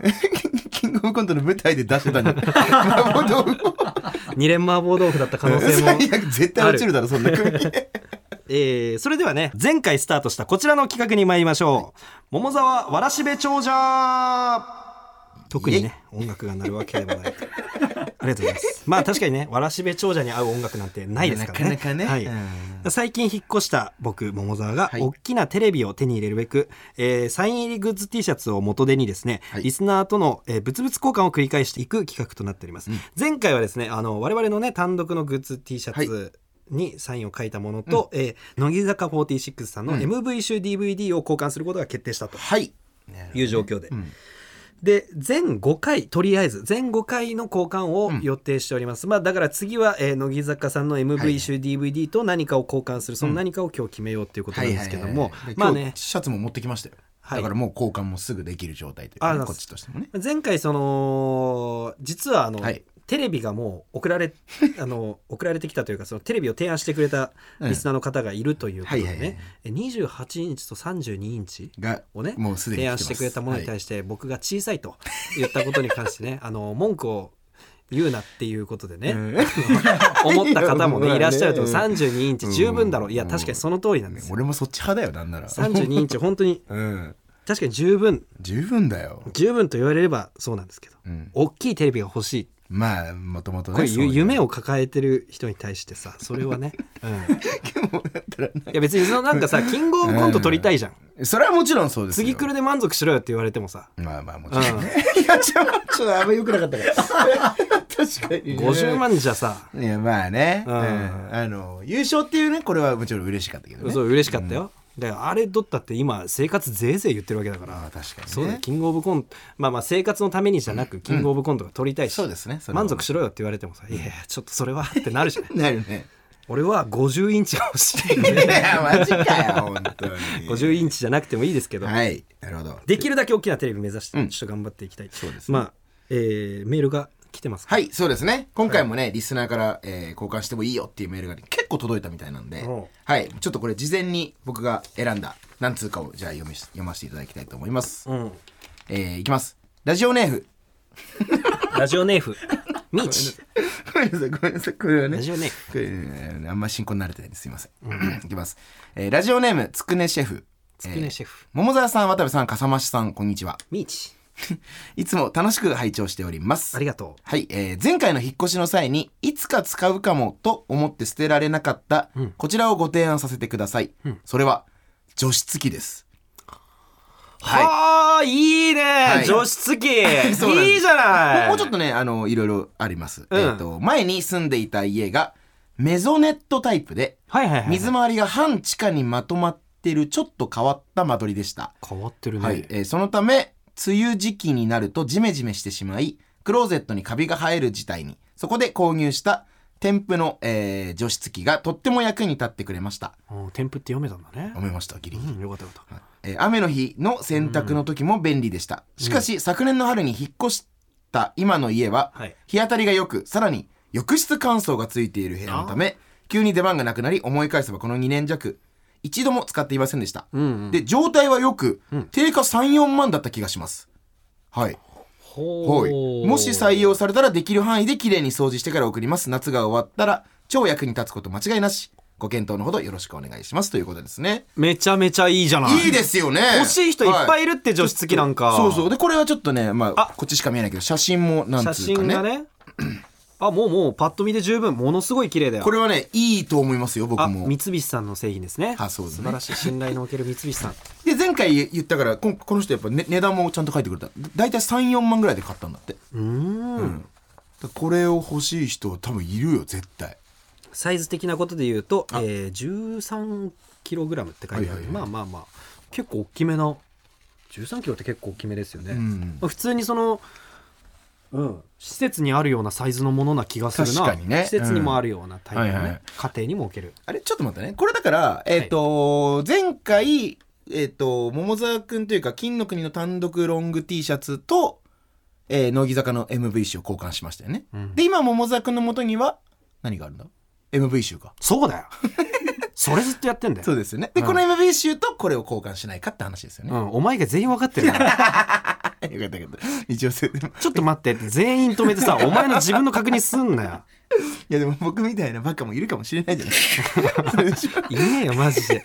Speaker 3: キングオブコントの舞台で出してたん [LAUGHS] だ。麻婆 [LAUGHS] 豆腐を
Speaker 2: 二連麻婆豆腐だった可能性も
Speaker 3: 最悪絶対落ちるだろ、そんな組。
Speaker 2: えーそれではね前回スタートしたこちらの企画に参りましょう「桃沢わらしべ長者」特にね音楽が鳴るわけではないありがとうございますまあ確かにねわらしべ長者に合う音楽なんてないですからね
Speaker 3: なかなかね
Speaker 2: はい
Speaker 3: うん
Speaker 2: 最近引っ越した僕桃沢が
Speaker 3: はい
Speaker 2: 大きなテレビを手に入れるべく、えーサイン入りグッズ T シャツを元手にですね、
Speaker 3: はい
Speaker 2: リスナーとの、えー、物々交換を繰り返していく企画となっております、前回はですねあの我々のね単独のグッズ T シャツ、にサインを書いたものと、えー乃木坂46さんの MV 集 DVD を交換することが決定したと
Speaker 3: はい。
Speaker 2: いう状況で、で全5回とりあえず全5回の交換を予定しております、まあだから次は、えー乃木坂さんの MV 集 DVD と何かを交換する、その何かを今日決めようっていうことなんですけども、まあね
Speaker 3: 今日シャツも持ってきましたよ。
Speaker 2: はい
Speaker 3: だからもう交換もすぐできる状態という
Speaker 2: あ
Speaker 3: か
Speaker 2: りが
Speaker 3: ね、こ
Speaker 2: とうございま
Speaker 3: っ
Speaker 2: す
Speaker 3: ちとしてもね。
Speaker 2: 前回その実はあの、
Speaker 3: はい
Speaker 2: テレビがもう送ら
Speaker 3: [LAUGHS]
Speaker 2: れあの送られてきたというかそのテレビを提案してくれたリスナーの方がいるということで
Speaker 3: うんはいはい
Speaker 2: ねえ28インチと32インチ
Speaker 3: が
Speaker 2: をね
Speaker 3: もうすでに来てま
Speaker 2: 提案
Speaker 3: す
Speaker 2: してくれたものに対して僕が小さいと言ったことに関してねあの文句を言うなっていうことでね、思った方も
Speaker 3: いやまあ
Speaker 2: ね
Speaker 3: ね
Speaker 2: いらっしゃると思う32インチ十分だろういや確かにその通りなんですよ
Speaker 3: 俺もそっち派だよ、なんなら。
Speaker 2: 32インチ本当に
Speaker 3: うん。
Speaker 2: 確かに十分
Speaker 3: 十分だよ。
Speaker 2: 十分と言われればそうなんですけど、
Speaker 3: ん
Speaker 2: 大きいテレビが欲しい
Speaker 3: まあ、もともとね。
Speaker 2: これ
Speaker 3: そういう
Speaker 2: 夢を抱えてる人に対してさそれはね、うん、いや別にそのなんかさキングオブコント撮りたいじゃん、
Speaker 3: それはもちろんそうですよ。
Speaker 2: 次来るで満足しろよって言われてもさ
Speaker 3: まあまあもちろんね。 [LAUGHS] いやちょっとあんま良くなか [LAUGHS] ったから。確かに、ね。
Speaker 2: 50万じゃさ、
Speaker 3: いやまあね、
Speaker 2: う
Speaker 3: うんんあの優勝っていうねこれはもちろん嬉しかったけどね。
Speaker 2: そう嬉しかったよ、であれ取ったって今生活ぜいぜい言ってるわけだから、
Speaker 3: ああ確かにね。
Speaker 2: そうだよキングオブコントまあまあ生活のためにじゃなくキングオブコントが撮りたいし、
Speaker 3: そうですねそれは
Speaker 2: 満足しろよって言われてもさ「いやいやちょっとそれは」ってなるじゃない
Speaker 3: なるね。
Speaker 2: 俺は50インチが欲し
Speaker 3: [LAUGHS] い
Speaker 2: い
Speaker 3: やマジかよ本当に。
Speaker 2: 50インチじゃなくてもいいですけど、
Speaker 3: はいなるほど。
Speaker 2: できるだけ大きなテレビ目指してちょっと頑張っていきたい、
Speaker 3: そうですね
Speaker 2: まあ、えーメールが来てますか
Speaker 3: はいそうですね今回もね、リスナーから、えー交換してもいいよっていうメールが結構届いたみたいなんで
Speaker 2: おう、
Speaker 3: はいちょっとこれ事前に僕が選んだ何通かをじゃあ読みし読ませていただきたいと思います。
Speaker 2: うん、
Speaker 3: えーいきます。ラジオネーム [LAUGHS]
Speaker 2: ラジオネーフミーチ
Speaker 3: ごめんなさい、ごめんなさい、これはね。
Speaker 2: ラジオネー
Speaker 3: これえーあんま進行慣れてないんです。すいません。いきます。えーラジオネーム、つくねシェフ。
Speaker 2: つくねシェフ、
Speaker 3: 桃沢さん、渡部さん、笠間さん、こんにちは。
Speaker 2: ミーチ
Speaker 3: いつも楽しく拝聴しております。
Speaker 2: ありがとう
Speaker 3: はい、えー前回の引っ越しの際にいつか使うかもと思って捨てられなかった、こちらをご提案させてください。それは、除湿器です。はい
Speaker 2: はあいいね、
Speaker 3: い
Speaker 2: 除湿機 [LAUGHS]
Speaker 3: そうなんです
Speaker 2: いいじゃない
Speaker 3: もうちょっとね、あの、いろいろあります。
Speaker 2: うん
Speaker 3: えっ、と、前に住んでいた家が、メゾネットタイプで、
Speaker 2: はいはいはい
Speaker 3: 水回りが半地下にまとまってるちょっと変わった間取りでした。
Speaker 2: 変わってるね、
Speaker 3: はい、えーそのため、梅雨時期になるとジメジメしてしまい、クローゼットにカビが生える事態に、そこで購入した添付の、えー除湿機がとっても役に立ってくれました。
Speaker 2: うん添付って読めたんだね
Speaker 3: 思いました、ギリギリ。
Speaker 2: うんよかったよかった、
Speaker 3: えー雨の日の洗濯の時も便利でした、しかし昨年の春に引っ越した今の家は
Speaker 2: はい
Speaker 3: 日当たりが良くさらに浴室乾燥がついている部屋のため急に出番がなくなり思い返せばこの2年弱一度も使っていませんでした、で状態はよく、定価34万だった気がしますはい
Speaker 2: ほ
Speaker 3: はい、もし採用されたらできる範囲で綺麗に掃除してから送ります夏が終わったら超役に立つこと間違いなしご検討のほどよろしくお願いしますということですね
Speaker 2: めちゃめちゃいいじゃない
Speaker 3: いいですよね。
Speaker 2: 欲しい人いっぱいいるって除湿機なんか
Speaker 3: はそうそう。で、これはちょっとね、まあ、こっちしか見えないけど、写真もなん
Speaker 2: 写
Speaker 3: つうか
Speaker 2: 真が
Speaker 3: ね。
Speaker 2: ねあもうもうパッと見で十分ものすごい綺麗だよ
Speaker 3: これはね、いいと思いますよ、僕
Speaker 2: あ
Speaker 3: も
Speaker 2: 三。菱さんの製品ですね
Speaker 3: あそうですね
Speaker 2: 素晴らしい信頼のおける三菱さん
Speaker 3: で、前回言ったから、こんこの人やっぱね値段もちゃんと書いてくれた。だいたい3、4万ぐらいで買ったんだって。うん。だこれを欲しい人多分いるよ、絶対。
Speaker 2: サイズ的なことで言うと、えー、13キログラムって書いて
Speaker 3: は
Speaker 2: ある、
Speaker 3: いはいはい
Speaker 2: まあまあまあ結構大きめな13キロって結構大きめですよね、まあ、普通にそのうん、施設にあるようなサイズのものな気がするな
Speaker 5: 確かにね
Speaker 2: 施設にもあるようなタイプのね、
Speaker 5: うんはいはい
Speaker 2: 家庭にも置ける
Speaker 3: あれちょっと待ってね。これだから、えっ、と、前回、えっ、と、桃沢くんというか、金の国の単独ロング T シャツと、えー、乃木坂の MV 集を交換しましたよね。で、今、桃沢くんの元には、何があるんだ ?MV 集か。
Speaker 2: そうだよそれずっとやってんだよ
Speaker 3: そうですよね。で、この MV 集とこれを交換しないかって話ですよ
Speaker 2: う
Speaker 3: ね。
Speaker 2: ん、お前が全員分かってるな
Speaker 3: [LAUGHS] よかったよかった。一応せ、でも
Speaker 2: ちょっと待ってって全員止めてさお前の自分の確認すんなよ
Speaker 3: いやでも僕みたいなバカもいるかもしれないじゃないですか。そ [LAUGHS] れでしょ
Speaker 2: いねえよマジで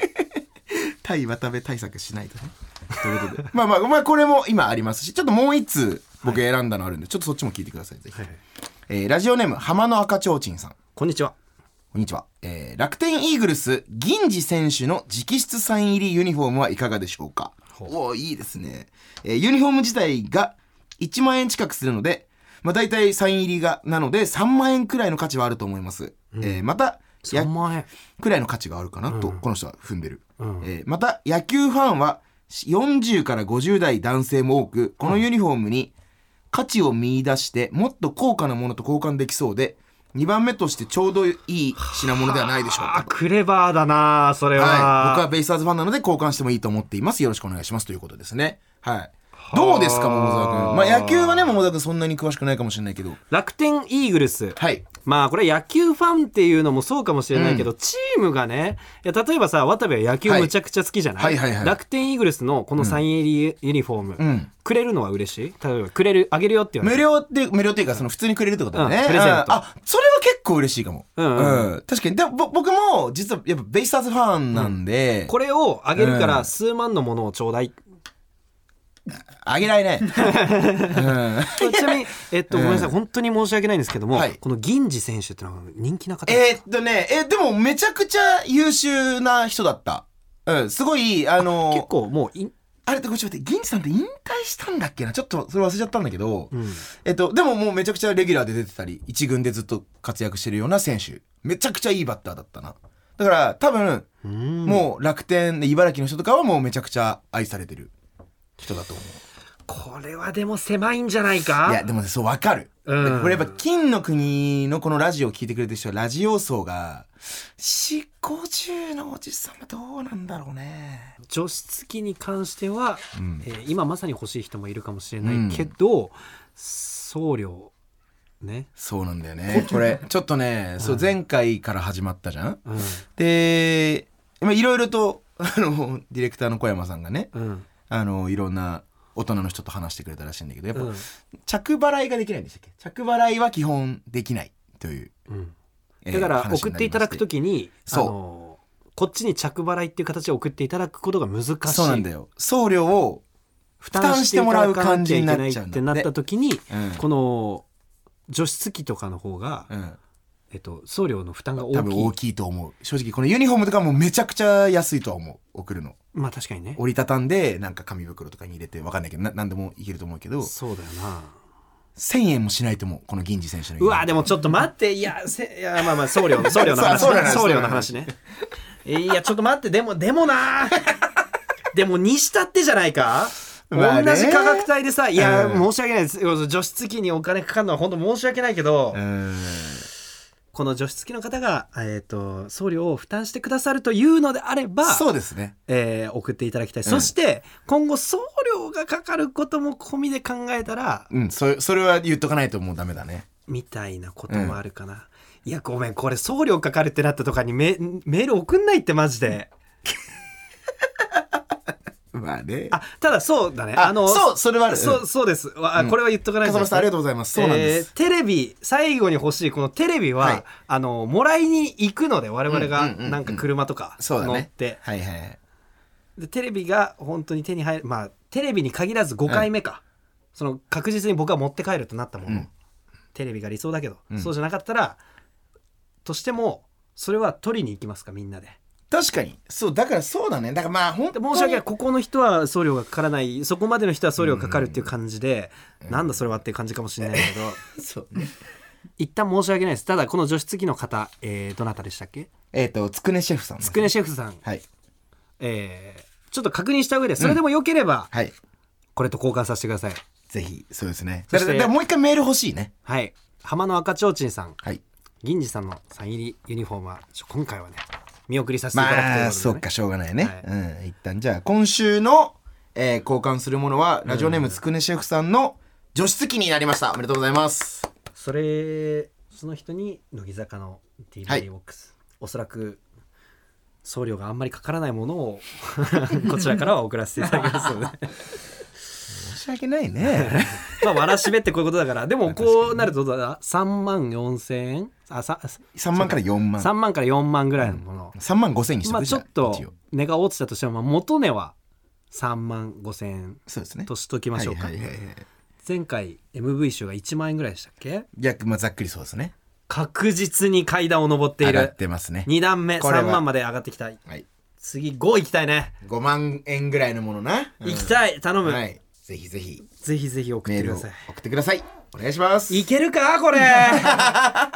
Speaker 3: 対渡辺対策しないとね。ということで。 [LAUGHS] まあまあ、まあ、これも今ありますし、ちょっともう一通僕選んだのあるんで、ちょっとそっちも聞いてください、ぜひ。えーラジオネーム、浜の赤ちょうちんさん。
Speaker 2: こんにちは
Speaker 3: こんにちは。えー楽天イーグルス、銀次選手の直筆サイン入りユニフォームはいかがでしょうかおおーいいですね。えーユニフォーム自体が1万円近くするので、まあ大体サイン入りが、なので3万円くらいの価値はあると思います。えーまた、
Speaker 2: 3万円
Speaker 3: くらいの価値があるかなと、この人は踏んでる、えーまた野球ファンは40から50代男性も多くこのユニフォームに価値を見出してもっと高価なものと交換できそうで2番目としてちょうどいい品物ではないでしょう
Speaker 2: あ
Speaker 3: か
Speaker 2: クレバーだなそれは、
Speaker 3: はい、僕はベイスターズファンなので交換してもいいと思っていますよろしくお願いしますということですねはいどうですか桃沢君まあ野球はね桃沢君そんなに詳しくないかもしれないけど
Speaker 2: 楽天イーグルス
Speaker 3: はい
Speaker 2: まあこれ野球ファンっていうのもそうかもしれないけど、チームがねいや例えばさ渡部は野球むちゃくちゃ好きじゃない,、
Speaker 3: はいはいはいはい
Speaker 2: 楽天イーグルスのこのサイン入りユニフォーム、
Speaker 3: ん
Speaker 2: くれるのは嬉しい例えばくれるあげるよって言わ
Speaker 3: 無
Speaker 2: れて
Speaker 3: 料って、無料っていうか、その普通にくれるってことだよね。
Speaker 2: うんプレゼント
Speaker 3: うんあ、それは結構嬉しいかも。
Speaker 2: うんうん
Speaker 3: うん確かに。でも、ぼ僕も、実は、やっぱベイスターズファンなんで、
Speaker 2: これをあげるか
Speaker 3: う
Speaker 2: ら
Speaker 3: ん
Speaker 2: 数万のものをちょうだい、 [LAUGHS]
Speaker 3: あげられない。うん
Speaker 2: ちなみに、えっと、ごめんなさい本当に申し訳ないんですけども、
Speaker 3: はい
Speaker 2: この銀次選手ってのは人気な方です
Speaker 3: えーっとね、え、でも、めちゃくちゃ優秀な人だった。うん、すごい、あの
Speaker 2: 結構もうい
Speaker 3: あれって、ごめんちょっと待って、銀次さんって引退したんだっけなちょっと、それ忘れちゃったんだけど、えっと、でももうめちゃくちゃレギュラーで出てたり、一軍でずっと活躍してるような選手。めちゃくちゃいいバッターだったな。だから、多分、もう楽天で茨城の人とかはもうめちゃくちゃ愛されてる人だと思う。
Speaker 2: これはでも狭いんじゃないか
Speaker 3: いや、でもね、そう、わかる。
Speaker 2: うん
Speaker 3: これやっぱ、金の国のこのラジオを聞いてくれてる人は、ラジオ層が、4、50のおじさんはどうなんだろうね。
Speaker 2: 除湿機に関しては、えー今まさに欲しい人もいるかもしれないけど、送料ね、
Speaker 3: そうなんだよね。これ、ちょっとね、そう、前回から始まったじゃん
Speaker 2: うん
Speaker 3: で、まあ、いろいろと、あの、ディレクターの小山さんがね、
Speaker 2: うん、
Speaker 3: あの、いろんな大人の人と話してくれたらしいんだけど、やっぱ、
Speaker 2: うん
Speaker 3: 着払いができないんでしたっけ着払いは基本できないという。えー
Speaker 2: だから
Speaker 3: 話
Speaker 2: 送
Speaker 3: に
Speaker 2: っ
Speaker 3: な
Speaker 2: て
Speaker 3: りまして
Speaker 2: いただくときにあ
Speaker 3: そう
Speaker 2: のこっちに着払いっていう形で送っていただくことが難しい
Speaker 3: そうなんだよ。送料を、
Speaker 2: 負
Speaker 3: 担してもらう感じになっちゃうんだって
Speaker 2: 担していただかなきゃいけないってなったときに、
Speaker 3: うん
Speaker 2: この除湿機とかの方が、
Speaker 3: うん、
Speaker 2: えっと、送料の負担が
Speaker 3: 多
Speaker 2: 大
Speaker 3: 分
Speaker 2: きい
Speaker 3: 大きいと思う。正直、このユニフォームとかもめちゃくちゃ安いとは思う。送るの。
Speaker 2: まあ確かにね
Speaker 3: 折りたたんで、なんか紙袋とかに入れて、わかんないけど、ななんでもいけると思うけど、
Speaker 2: そうだよな
Speaker 3: 1000円もしないと思う。この銀次選手のユニ
Speaker 2: う
Speaker 3: フォーム
Speaker 2: わでもちょっと待っていやせいやまあまあ送料
Speaker 3: [LAUGHS]
Speaker 2: 送料の話
Speaker 3: そうそうなんです
Speaker 2: 送料の話ねいやちょっと待ってでもでもなでもにしたってじゃないか
Speaker 3: まあね
Speaker 2: 同じ価格帯でさいや、
Speaker 3: うん
Speaker 2: 申し訳ないです除湿機にお金かかるのは本当申し訳ないけど、
Speaker 3: うん。
Speaker 2: この除湿機の方が、えー、と送料を負担してくださるというのであれば
Speaker 3: そうですね。
Speaker 2: えー送っていただきたい、そして今後送料がかかることも込みで考えたら
Speaker 3: うん、そそれは言っとかないともうダメだね。
Speaker 2: みたいなこともあるかな、いやごめんこれ送料かかるってなったとかにメメール送んないってマジで
Speaker 3: まあね。
Speaker 2: あただそうだね
Speaker 3: あ
Speaker 2: あの
Speaker 3: そうそれはある
Speaker 2: そうそうですわあこれは言っとかない
Speaker 3: 笠間さんありがとうございますそうなんです
Speaker 2: テレビ最後に欲しいこのテレビは、
Speaker 3: はい
Speaker 2: あのもらいに行くので我々
Speaker 3: うん
Speaker 2: が
Speaker 3: うんうんうん
Speaker 2: なんか車とか
Speaker 3: そうだ
Speaker 2: 乗
Speaker 3: ね。
Speaker 2: って、
Speaker 3: はいはいはい。
Speaker 2: でテレビが本当に手に入るまあテレビに限らず5回目か、その確実に僕は持って帰るとなったもの、テレビが理想だけど、そうじゃなかったらとしてもそれは取りに行きますかみんなで
Speaker 3: 確かに。そう、だからそうだね。だからまあ本当
Speaker 2: で申
Speaker 3: に
Speaker 2: し訳ないここの人は送料がかからないそこまでの人は送料がかかるっていう感じで、なんだそれはっていう感じかもしれないけど
Speaker 3: そうね。
Speaker 2: 一旦申し訳ないですただこの除湿機の方、えーどなたでしたっけ
Speaker 3: えっ、と、つくねシェフさんです。
Speaker 2: つくねシェフさん、
Speaker 3: はい。
Speaker 2: えーちょっと確認した上でそれでもよければ、
Speaker 3: はい。
Speaker 2: これと交換させてください
Speaker 3: ぜひそうですね
Speaker 2: そ
Speaker 3: だ
Speaker 2: し
Speaker 3: から
Speaker 2: て
Speaker 3: だからもう一回メール欲しいね
Speaker 2: はい浜の赤ちょうちんさん
Speaker 3: はい
Speaker 2: 銀次さんのサイン入りユニフォームはちょ今回はね見送りさせていただくということで、
Speaker 3: ま
Speaker 2: ね
Speaker 3: あそうかしょうがないね、
Speaker 2: はい
Speaker 3: うん一旦じゃあ今週の、えー交換するものはラジオネームつくねシェフさんの除湿機になりましたおめでとうございます
Speaker 2: それその人に乃木坂の
Speaker 3: はい
Speaker 2: DVD ボックス、おそらく送料があんまりかからないもの
Speaker 3: [LAUGHS]
Speaker 2: をこちらからは送らせていただきますので
Speaker 3: 申し訳ないね [LAUGHS]
Speaker 2: まあわらしべってこういうことだからでもこうなるとどうだ3万4千円あさ
Speaker 3: 3万から4万
Speaker 2: 3万から4万ぐらいのもの、
Speaker 3: 3万5千にしと
Speaker 2: まあ
Speaker 3: く
Speaker 2: ち
Speaker 3: じ
Speaker 2: ょ
Speaker 3: ゃあ
Speaker 2: っと
Speaker 3: 一応
Speaker 2: 値が落ちたとしても、まあ、元値は3万5千円
Speaker 3: そうですね
Speaker 2: としときましょうか、
Speaker 3: はいはいはいはい
Speaker 2: 前回 MV 集が1万円ぐらいでしたっけ
Speaker 3: 逆まあざっくりそうですね
Speaker 2: 確実に階段を上ってい
Speaker 3: 上が
Speaker 2: る
Speaker 3: ってますね
Speaker 2: 2段目
Speaker 3: これは
Speaker 2: 3万まで上がってきた
Speaker 3: はい
Speaker 2: 次5行きたいね、
Speaker 3: 5万円ぐらいのものな、うん
Speaker 2: 行きたい頼む、
Speaker 3: はいぜひぜひ
Speaker 2: ぜひぜひ送っ
Speaker 3: メ
Speaker 2: て
Speaker 3: ー
Speaker 2: く
Speaker 3: ル
Speaker 2: だ
Speaker 3: を
Speaker 2: さ
Speaker 3: 送
Speaker 2: い
Speaker 3: ってくださいお願いします
Speaker 2: いける
Speaker 3: [LAUGHS]
Speaker 2: かこれ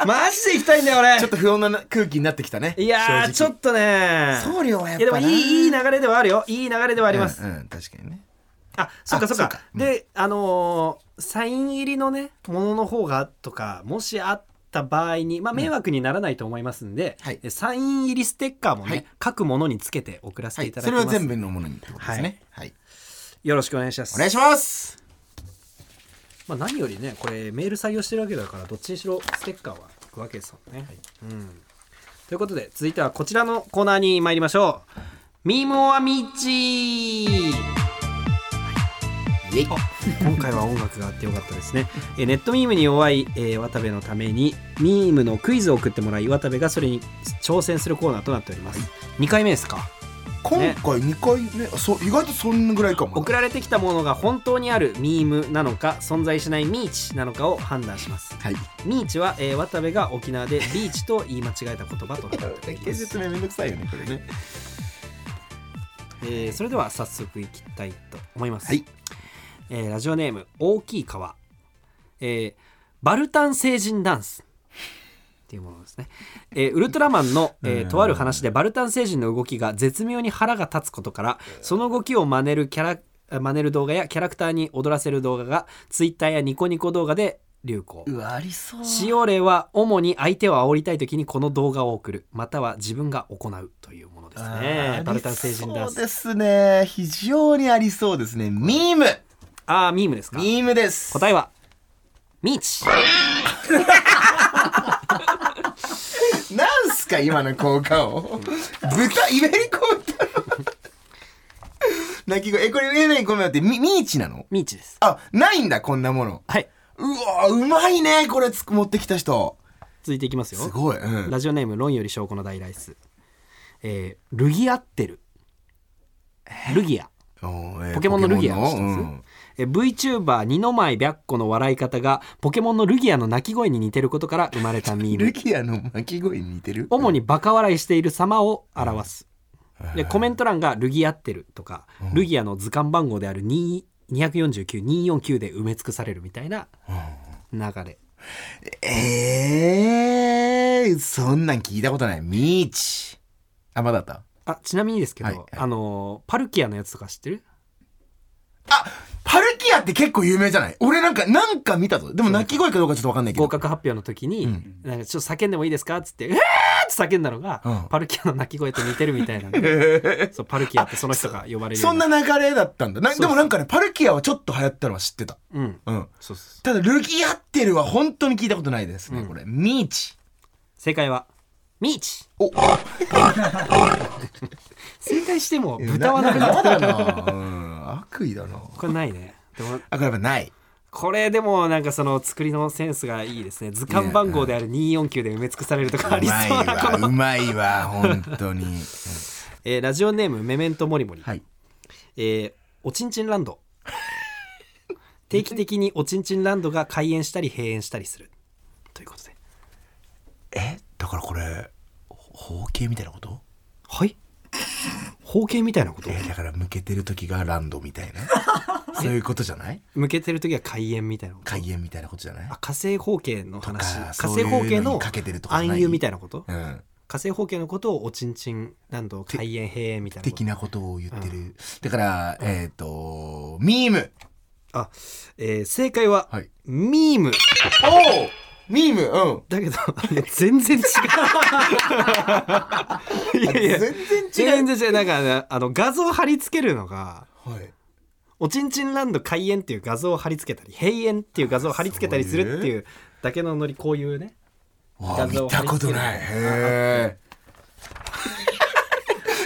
Speaker 2: マジで行きたいんだよ俺
Speaker 3: ちょっと不穏な空気になってきたね
Speaker 2: いやーち
Speaker 3: 正
Speaker 2: ょ
Speaker 3: 直
Speaker 2: っとね
Speaker 3: 送料はやっ
Speaker 2: いやで
Speaker 3: ぱ
Speaker 2: も
Speaker 3: ない
Speaker 2: いいい流れではあるよいい流れではあります、
Speaker 3: うんうん、確かにね
Speaker 2: あそっかそっか
Speaker 3: そうかうん
Speaker 2: であのーサイン入りのねものの方がとかもしあった場合に、まあ、迷惑にならないと思いますんで、
Speaker 3: はい
Speaker 2: えサイン入りステッカーもね、
Speaker 3: はい
Speaker 2: 各ものにつけて送ら
Speaker 3: は
Speaker 2: せて
Speaker 3: い
Speaker 2: いただ
Speaker 3: そ
Speaker 2: き
Speaker 3: れ
Speaker 2: ま
Speaker 3: は
Speaker 2: す、
Speaker 3: 全部のものにってことですねはい
Speaker 2: よろしくお願いします
Speaker 3: お願いします
Speaker 2: まあ、何よりねこれメール採用してるわけだからどっちにしろステッカーはいくわけですもんね、うん、ということで続いてはこちらのコーナーに参りましょうミーモアミッチ
Speaker 3: イエイ
Speaker 2: あ今回は音楽があってよかったですねえネットミームに弱い、えー渡部のためにミームのクイズを送ってもらい渡部がそれに挑戦するコーナーとなっております、2回目ですか
Speaker 3: 今回2回ねあそう意外とそんぐらいかも
Speaker 2: 送られてきたものが本当にあるミームなのか存在しないミーチなのかを判断します
Speaker 3: はい
Speaker 2: ミーチは、えー渡部が沖縄でビーチと言い間違えた言葉となっておりま
Speaker 3: 芸
Speaker 2: す、
Speaker 3: 説明めんどくさいよねこれね
Speaker 2: えーそれでは早速いきたいと思います、
Speaker 3: はい
Speaker 2: えーラジオネーム大きい川、えーバルタン成人ダンスっていうものですね、えーウルトラマンの、えーとある話でバルタン星人の動きが絶妙に腹が立つことからその動きを真似るキャラあ真似る動画やキャラクターに踊らせる動画がツイッターやニコニコ動画で流行
Speaker 3: わありそう
Speaker 2: 使用例は主に相手を煽りたい時にこの動画を送るまたは自分が行うというものですねバルタン星人ダン
Speaker 3: そう
Speaker 2: ス
Speaker 3: ですね非常にありそうですねミーム
Speaker 2: ああミームですか
Speaker 3: ミームです
Speaker 2: 答えはミーチ
Speaker 3: なんすか今の効果を豚イベリコ豚の鳴き声えこれえごめん待ってミミーチなの
Speaker 2: ミーチです
Speaker 3: あないんだこんなもの
Speaker 2: はいう
Speaker 3: わうまいねこれつ持ってきた人
Speaker 2: 続いていきますよ
Speaker 3: すごい、うん、
Speaker 2: ラジオネーム論より証拠の大ライスえー、ルギアってるルギア
Speaker 3: おーえー
Speaker 2: ポケモンのルギア
Speaker 3: ポ
Speaker 2: を知
Speaker 3: ケ
Speaker 2: ってま
Speaker 3: モ
Speaker 2: す、
Speaker 3: ンの
Speaker 2: えー VTuber 二の舞白子の笑い方がポケモンのルギアの鳴き声に似てることから生まれた
Speaker 3: う
Speaker 2: ミ
Speaker 3: ん
Speaker 2: ーム
Speaker 3: ルギアの鳴き声に似てる
Speaker 2: 主にバカ笑いしている様を表す。でコメント欄が「ルギアってる」とか、ルギアの図鑑番号である2 249249で埋め尽くされるみたいな流れ。
Speaker 3: えー、そんなん聞いたことないミーチあまだあった
Speaker 2: あちなみにですけど、
Speaker 3: はいはい
Speaker 2: あのーパルキアのやつとか知ってる
Speaker 3: パルキアって結構有名じゃない俺なんかなんか見たぞでも鳴き声かどうかちょっとわかんないけど
Speaker 2: 合格発表の時に、なんかちょっと叫んでもいいですかっつって「えー!」って叫んだのが、
Speaker 3: うん
Speaker 2: パルキアの鳴き声と似てるみたいなんでそうパルキアってその人が呼ばれるよ
Speaker 3: そ
Speaker 2: うんに
Speaker 3: な流れだったんだな
Speaker 2: う
Speaker 3: でもなんかねパルキアはちょっと流行ったのは知ってた
Speaker 2: うん
Speaker 3: うん
Speaker 2: そうそう
Speaker 3: ただルギアってるは本当に聞いたことないですね、これミーチ
Speaker 2: 正解はミーチ [LAUGHS] 正解しても豚はなくなっ
Speaker 3: な
Speaker 2: た
Speaker 3: だな、うん、悪意だな
Speaker 2: これないねでも
Speaker 3: あこれやっぱない
Speaker 2: これでもなんかその作りのセンスがいいですね図鑑番号である249で埋め尽くされるとかあ
Speaker 3: う
Speaker 2: りそ
Speaker 3: まいう
Speaker 2: なこ
Speaker 3: わう
Speaker 2: の、
Speaker 3: まいわ本当に
Speaker 2: えーラジオネームメメントモリモリ、
Speaker 3: はい
Speaker 2: えーおちんちんラ
Speaker 3: [LAUGHS]
Speaker 2: ンド定期的におちんちんランドが開園したり閉園したりするということで
Speaker 3: えだからこれ包茎みたいなこと
Speaker 2: [LAUGHS] はい包茎みたいなこと
Speaker 3: えだから向けてる時がランドみたいな [LAUGHS] そういうことじゃない
Speaker 2: 向けてる時は開園みたいなこと
Speaker 3: 開園みたいなことじゃない
Speaker 2: あ火星包茎の話
Speaker 3: とか
Speaker 2: 火星包茎
Speaker 3: そういうの
Speaker 2: の
Speaker 3: にかけてるとかじゃない
Speaker 2: 暗喩みたいなこと
Speaker 3: うん
Speaker 2: 火星包茎のことをおちんちんランド開園閉園みたいなこと
Speaker 3: 的なことを言ってる、だからえっ、とミーム
Speaker 2: あ、えー正解は、
Speaker 6: はい
Speaker 2: ミーム。
Speaker 3: おおミームうん
Speaker 2: だけど、あの全
Speaker 3: [LAUGHS]
Speaker 2: 然違う。いやいや、
Speaker 3: 全
Speaker 2: 全然違う。なんかね、あの、画像貼り付けるのが、
Speaker 3: はい
Speaker 2: おちんちんランド開園っていう画像を貼り付けたり、閉園っていう画像を貼り付けたりするっていうだけのノリ、こういうね。画像を貼り付ける
Speaker 3: い [LAUGHS] へ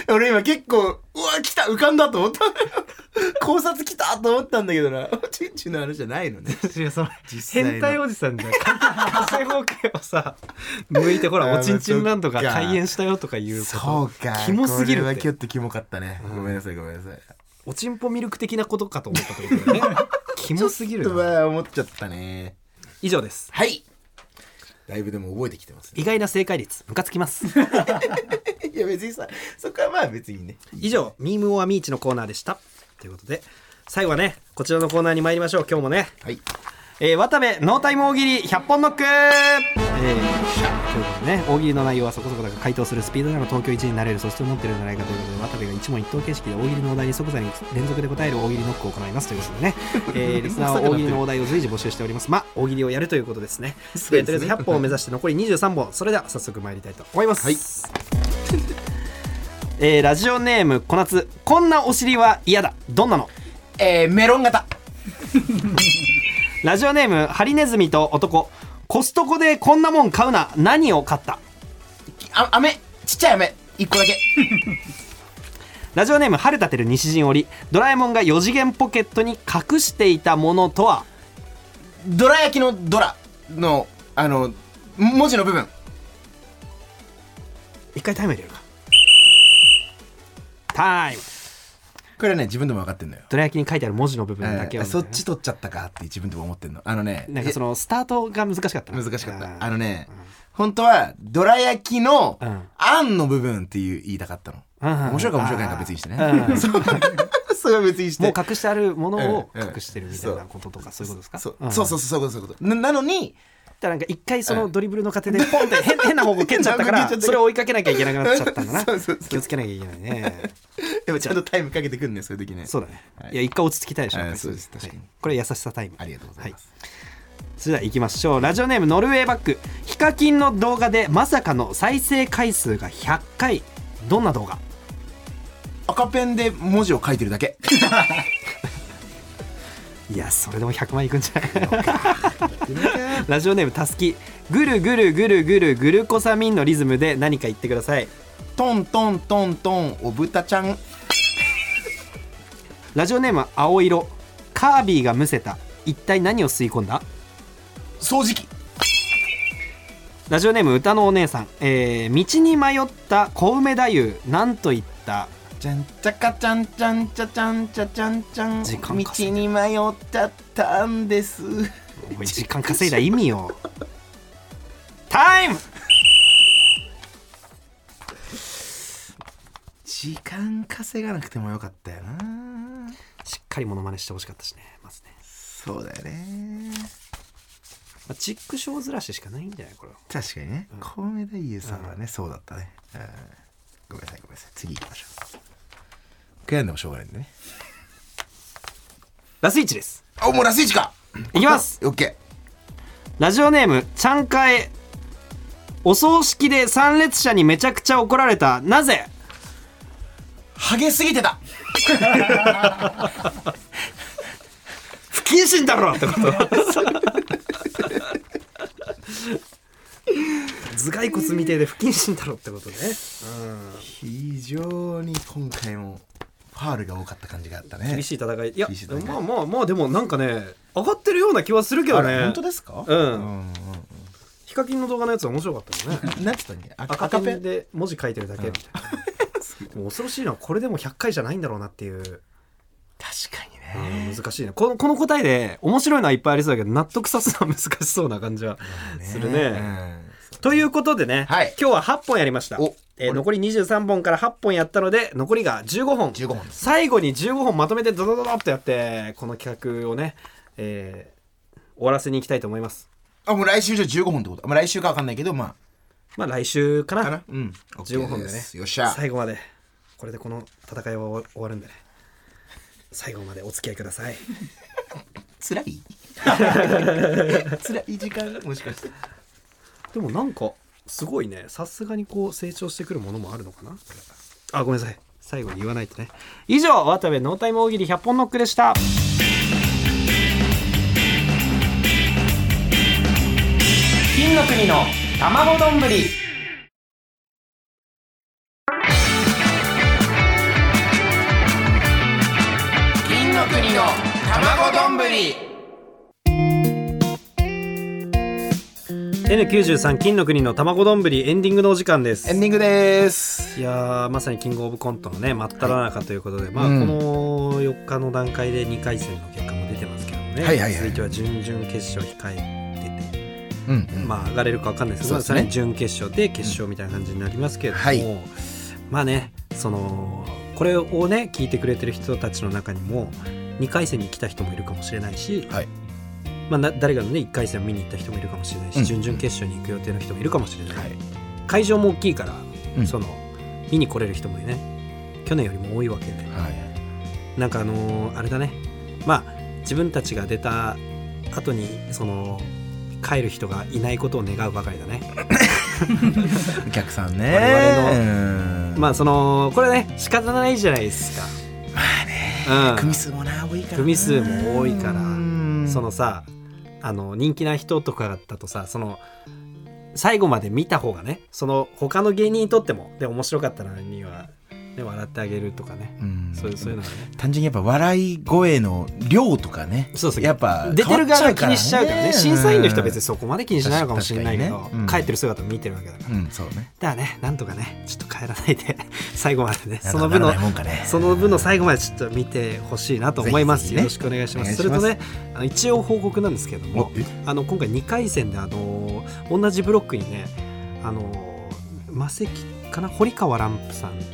Speaker 3: え俺今結構うわ来た浮かんだと思ったんだよ [LAUGHS] 考察来たと思ったんだけどな [LAUGHS] おちんちんの話じゃないのね
Speaker 2: いやその
Speaker 3: 実際の
Speaker 2: 変態おじさんじゃん火星方形をさ向いてほら
Speaker 3: あ
Speaker 2: おちんちんランドが
Speaker 3: まあそっか
Speaker 2: 開園したよとかいうこと
Speaker 3: そうか
Speaker 2: キモすぎ
Speaker 3: こ
Speaker 2: る
Speaker 3: れ
Speaker 2: っ
Speaker 3: はち
Speaker 2: て
Speaker 3: ょっとキモかったねごめんなさいごめんなさい
Speaker 2: おちんぽミルク的なことかと思ったって
Speaker 3: [LAUGHS]
Speaker 2: ことだよねキモすぎ
Speaker 3: ちょっ
Speaker 2: る
Speaker 3: と
Speaker 2: な
Speaker 3: まあ思っちゃったね
Speaker 2: 以上です
Speaker 3: はいだいぶでも覚えてきてますね
Speaker 2: 意外な正解率ムカつきます
Speaker 3: [LAUGHS] いや別にさそこはまあ別にね
Speaker 2: 以上ミームオアミーチのコーナーでしたということで最後はねこちらのコーナーに参りましょう今日もね
Speaker 3: はい
Speaker 2: えー、渡部ノータイム大喜利100本ノック、えーということでね、大喜利の内容はそこそこだが回答するスピードなら東京一になれる素質を持ってるんじゃないかということで渡部が一問一答形式で大喜利のお題に即座に連続で答える大喜利ノックを行いますということでね、
Speaker 3: [LAUGHS]
Speaker 2: えー、リスナーは大喜利のお題を随時募集しておりますまあ大喜利をやるということですね
Speaker 3: そう
Speaker 2: えー
Speaker 3: ですね
Speaker 2: とりあえず100本を目指して残り23本それでは早速参りたいと思います、
Speaker 3: はい
Speaker 2: [LAUGHS] えーラジオネーム小夏こんなお尻は嫌だどんなの
Speaker 3: えー、メロン型
Speaker 2: ラジオネームハリネズミと男コストコでこんなもん買うな何を買った
Speaker 3: あ飴ちっちゃい飴一個だけ
Speaker 2: ラジオネーム春立てる西陣織ドラえもんが4次元ポケットに隠していたものとは
Speaker 3: ドラ焼きのドラのあの文字の部分
Speaker 2: 一回タイム入れるかタイム
Speaker 3: これはね自分でも分かってんのよ
Speaker 2: どら焼きに書いてある文字の部分だけ
Speaker 3: え
Speaker 2: を
Speaker 3: ー
Speaker 2: みた
Speaker 3: そ
Speaker 2: いな
Speaker 3: っち取っちゃったかって自分でも思ってんのあのね
Speaker 2: なんかそのスタートが難しかったな
Speaker 3: 難しかった
Speaker 2: あ
Speaker 3: あ
Speaker 2: ー
Speaker 3: のね、本当はどら焼きの
Speaker 2: うん
Speaker 3: あんの部分っていう言いたかったの、
Speaker 2: うんうん
Speaker 3: 面白いか面白くないか別にしてね、
Speaker 2: うん
Speaker 3: そう [LAUGHS] それは別にして
Speaker 2: もう隠してあるものを
Speaker 3: ええええ
Speaker 2: 隠してるみたいなこととかそういうことですか
Speaker 3: そう,、
Speaker 2: ん
Speaker 3: そうそうそうそういうことそういうことななのに
Speaker 2: だからなんか一回そのドリブルの過程でポンって変変な方向蹴っちゃったか
Speaker 3: [LAUGHS] 変な方向蹴っちゃった
Speaker 2: ら
Speaker 3: から
Speaker 2: それを追いかけなきゃいけなくなっちゃったんだな
Speaker 3: [LAUGHS] そうそうそう
Speaker 2: 気をつけなきゃいけないね
Speaker 3: やっぱちゃんとタイムかけてくんねそういう時ね
Speaker 2: そうだね、
Speaker 3: はい
Speaker 2: い、や一回落ち着きたいでしょ
Speaker 3: はい
Speaker 2: やっぱり
Speaker 3: そうです確かに
Speaker 2: はいこれ優しさタイム
Speaker 3: ありがとうございます、
Speaker 2: それでは行きましょうラジオネームノルウェーバックヒカキンの動画でまさかの再生回数が100回どんな動画
Speaker 3: 赤ペンで文字を書いてるだけ
Speaker 2: いやそれでも100万いくんじゃないラジオネームたすきぐるぐるぐるぐるグルコサミンのリズムで何か言ってください
Speaker 3: トントントントンお豚ちゃん
Speaker 2: ラジオネーム青色カービィがむせた一体何を吸い込んだ
Speaker 3: 掃除機
Speaker 2: ラジオネーム歌のお姉さん、えー道に迷った小梅太夫なんと言った
Speaker 3: ちゃんちゃかちゃんちゃんちゃちゃんちゃちゃんちゃん
Speaker 2: 時
Speaker 3: 道
Speaker 2: 間稼
Speaker 3: に迷っちゃったんです
Speaker 2: おい時間稼いだ意味をタイム
Speaker 3: 時間稼がなくてもよかったよな
Speaker 2: しっかりモノマネしてほしかったしねまずね、
Speaker 3: そうだよね
Speaker 2: まあ、チックショーずらししかないんじゃないこれは
Speaker 3: 確かにね小梅太夫さんはねそうだったねうんごめんなさいごめんなさい次行きましょう悔やんでもしょうがないんでね
Speaker 2: ラスイチです
Speaker 3: あもうラスイチか
Speaker 2: いきます
Speaker 3: オッケ
Speaker 2: ラジオネームちゃんかえお葬式で参列者にめちゃくちゃ怒られたなぜ
Speaker 3: ーハゲすぎてた
Speaker 2: 不謹慎だろってこと頭蓋骨みてえで不謹慎だろって [LAUGHS] ことね
Speaker 3: 非常に今回もファールが多かった感じがあったね
Speaker 2: 厳しい戦いいや
Speaker 3: 厳しい戦い
Speaker 2: まあまあまあでもなんかね上がってるような気はするけど
Speaker 3: あ
Speaker 2: ね
Speaker 3: れ本当ですか
Speaker 2: うん
Speaker 3: うん
Speaker 2: ヒカキンの動画のやつは面白かったもんね
Speaker 3: なんつったんけ [LAUGHS] 赤
Speaker 2: 赤ペ
Speaker 3: ペ
Speaker 2: ン
Speaker 3: ン
Speaker 2: で文字書いてるだけみたいな、で [LAUGHS] も恐ろしいのはこれでも100回じゃないんだろうなっていう
Speaker 3: 確かに
Speaker 2: あ
Speaker 3: ね
Speaker 2: ー難しいねこのこの答えで面白いのはいっぱいありそうだけど納得さすのは難しそうな感じはするね。ということでね、
Speaker 3: はい
Speaker 2: 今日は8本やりました
Speaker 3: お、
Speaker 2: えー残り23本から8本やったので残りが15本
Speaker 3: 15本です
Speaker 2: 最後に15本まとめてドドドドッとやってこの企画をね、えー終わらせに行きたいと思います。
Speaker 3: あもう来週じゃ15本ってことまあ来週かわかんないけどま
Speaker 2: まあ来週か
Speaker 3: あ
Speaker 2: な
Speaker 3: かなうん
Speaker 2: 15本で
Speaker 3: OK
Speaker 2: ね
Speaker 3: よっしゃ
Speaker 2: 最後までこれでこの戦いは終わ終わるんでね最後までお付き合いください
Speaker 3: 辛い辛い時間もしかして
Speaker 2: [LAUGHS] でもなんかすごいねさすがにこう成長してくるものもあるのかなあごめんなさい最後に言わないとね以上渡部ノータイム大喜利100本ノックでした金の国の卵丼ぶり
Speaker 3: 金の国の卵丼ぶり
Speaker 2: N93 金の国の卵丼ぶりエンディングのお時間です
Speaker 3: エンディングです
Speaker 2: いやーまさにキングオブコントのね真っ只中ということで、まあ、こ
Speaker 3: うん
Speaker 2: の4日の段階で2回戦の結果も出てますけどね、
Speaker 3: はいはいはい
Speaker 2: 続いては準々決勝控えてて、
Speaker 3: うんうん
Speaker 2: まあ上がれるか分かんないですけど
Speaker 3: そうですね
Speaker 2: まあさらに準決勝で決勝みたいな感じになりますけれども、
Speaker 3: はい
Speaker 2: まあねそのこれをね聞いてくれてる人たちの中にも2回戦に来た人もいるかもしれないし、
Speaker 3: はい
Speaker 2: まあ、な誰かのね1回戦を見に行った人もいるかもしれないし、
Speaker 3: うん
Speaker 2: 準々決勝に行く予定の人もいるかもしれない、
Speaker 3: はい
Speaker 2: 会場も大きいから、
Speaker 3: うん
Speaker 2: その見に来れる人もね去年よりも多いわけで
Speaker 3: はい
Speaker 2: なんかあのーあれだねまあ自分たちが出た後にその帰る人がいないことを願うばかりだね
Speaker 3: お客さん
Speaker 2: 我々の
Speaker 3: ね
Speaker 2: まあそのこれね仕方ないじゃないですかまあね
Speaker 3: 数もな多いから
Speaker 2: 組数も多いから
Speaker 3: うん
Speaker 2: そのさあの人気な人とかだとさその最後まで見た方がねその他の芸人にとってもで面白かったのには、ね、笑ってあげるとかね
Speaker 3: うん
Speaker 2: そういうそういうのがね
Speaker 3: 単純にやっぱ笑い声の量とかね
Speaker 2: そうそう
Speaker 3: やっぱ
Speaker 2: 出てる側が気にしちゃうからね審査員の人は別に
Speaker 3: に
Speaker 2: そこまで気にしないのかもしれないけど、
Speaker 3: 確かにねうん
Speaker 2: 帰ってる姿を見てるわけだから、
Speaker 3: うんそうね
Speaker 2: だからねなんとかねちょっと帰らないで最後までね
Speaker 3: なん
Speaker 2: そ
Speaker 3: とか
Speaker 2: の分
Speaker 3: な
Speaker 2: の
Speaker 3: らないもんかね
Speaker 2: その分の最後までちょっと見てほしいなと思います
Speaker 3: ぜひぜひね
Speaker 2: よろしくお願いします
Speaker 3: お願いします
Speaker 2: それとねあの一応報告なんですけども
Speaker 3: おえ
Speaker 2: あの今回2回戦であの同じブロックにねあのマセキかな堀川ランプさんっていう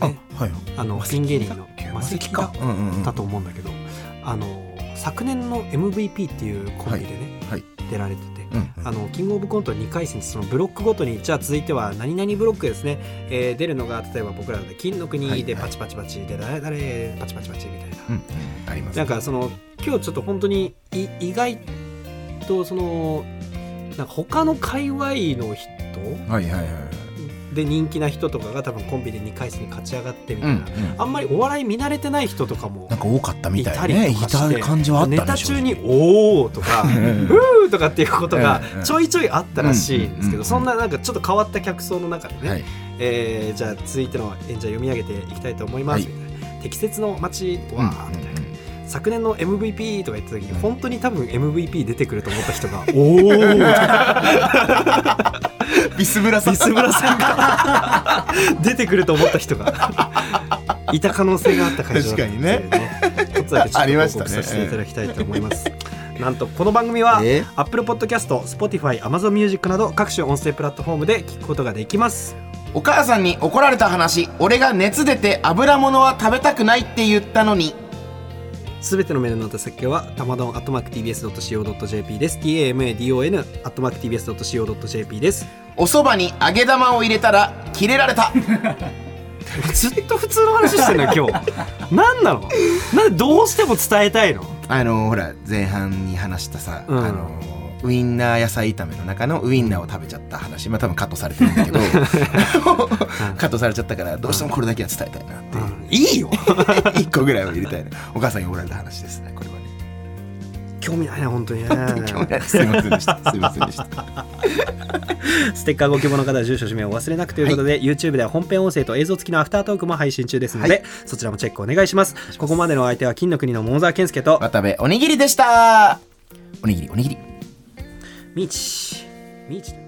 Speaker 3: あ
Speaker 2: ね
Speaker 3: はい
Speaker 2: あのピン芸人のマ
Speaker 3: マ
Speaker 2: セ
Speaker 3: セ
Speaker 2: キ
Speaker 3: キ
Speaker 2: か
Speaker 3: かうんうんうん
Speaker 2: だと思うんだけど、あの昨年の MVP っていうコンビでね、
Speaker 3: はいはい
Speaker 2: 出られてて。
Speaker 3: うんうん
Speaker 2: あのキングオブコント2回戦そのブロックごとにじゃあ続いては何々ブロックですね、えー出るのが例えば僕らで金の
Speaker 3: は
Speaker 2: 国
Speaker 3: い
Speaker 2: で
Speaker 3: はい
Speaker 2: パチパチパチで誰々パチパチパチみたいな、
Speaker 3: うんうんあります
Speaker 2: なんかその今日ちょっと本当にい意外とそのなんか他の界隈の人
Speaker 3: はいはいはい
Speaker 2: で人気な人とかが多分コンビで2回戦に勝ち上がってみ
Speaker 3: う
Speaker 2: たい
Speaker 3: んう
Speaker 2: な、
Speaker 3: ん
Speaker 2: あんまりお笑い見慣れてない人とかも
Speaker 3: なんか多かったみたい
Speaker 2: いた
Speaker 3: ね
Speaker 2: り
Speaker 3: い
Speaker 2: とかしたて
Speaker 3: 感じはあった
Speaker 2: ネ
Speaker 3: ね
Speaker 2: タ中
Speaker 3: 正
Speaker 2: に
Speaker 3: 直
Speaker 2: 「おー」と
Speaker 3: [LAUGHS]
Speaker 2: か
Speaker 3: うん
Speaker 2: 「ふー」とかっていうことが
Speaker 3: うんうん
Speaker 2: ちょいちょいあったらしいんですけ
Speaker 3: うんうんう
Speaker 2: ど
Speaker 3: ん
Speaker 2: そんななんかちょっと変わった客層の中でね、
Speaker 3: はい
Speaker 2: えーじゃあ続いての演者読み上げていきたいと思います、
Speaker 3: は
Speaker 2: 適切の街
Speaker 3: う
Speaker 2: わーみたいな、
Speaker 3: んうんうん
Speaker 2: 昨年の MVP とか言った時に本当に多分 MVP 出てくると思った人が
Speaker 3: おおビスブラさん
Speaker 2: [LAUGHS] ビスブラさんが [LAUGHS] 出てくると思った人がいた可能性があった会場だったんですけどね。一つだけちょっ
Speaker 3: あ
Speaker 2: と
Speaker 3: り
Speaker 2: 報
Speaker 3: ましたね
Speaker 2: 告させていただきたいと思います。なんとこの番組は
Speaker 3: え
Speaker 2: Apple Podcast、Spotify、Amazon Music など各種音声プラットフォームで聞くことができます。
Speaker 3: お母さんに怒られた話俺が熱出て油物は食べたくないって言ったのに
Speaker 2: すべてのメールの宛先はたまどん atmarktbs.co.jp です。tamadon atmarktbs.co.jp です。
Speaker 3: おそばに揚げ玉を入れたら切れら
Speaker 2: [LAUGHS]
Speaker 3: れた
Speaker 2: ずっと普通の話 [LAUGHS] してるのよ今日。なんなの？なんでどうしても伝えたいの？
Speaker 3: あのほら前半に話したさ、
Speaker 2: うん
Speaker 3: あのウインナー野菜炒めの中のウインナーを食べちゃった話まあ多分カットされてるんだけどカットされちゃったからどうしてもこれだけは伝えたいなって
Speaker 2: うんいいよ。
Speaker 3: いう [LAUGHS] 一個ぐらいは入れたいねお母さんに怒られた話ですねこれはね
Speaker 2: 興味ないな本当にね
Speaker 3: 興味ないすいませんでしたすいませんでした
Speaker 2: ステッカーご希望の方は住所氏名をお忘れなくということで、YouTube では本編音声と映像付きのアフタートークも配信中ですので、そちらもチェックお願いしますここまでのお相手は金の国の桃沢健介と
Speaker 3: 渡部おにぎりでしたおにぎりおにぎり
Speaker 2: みちみちだよ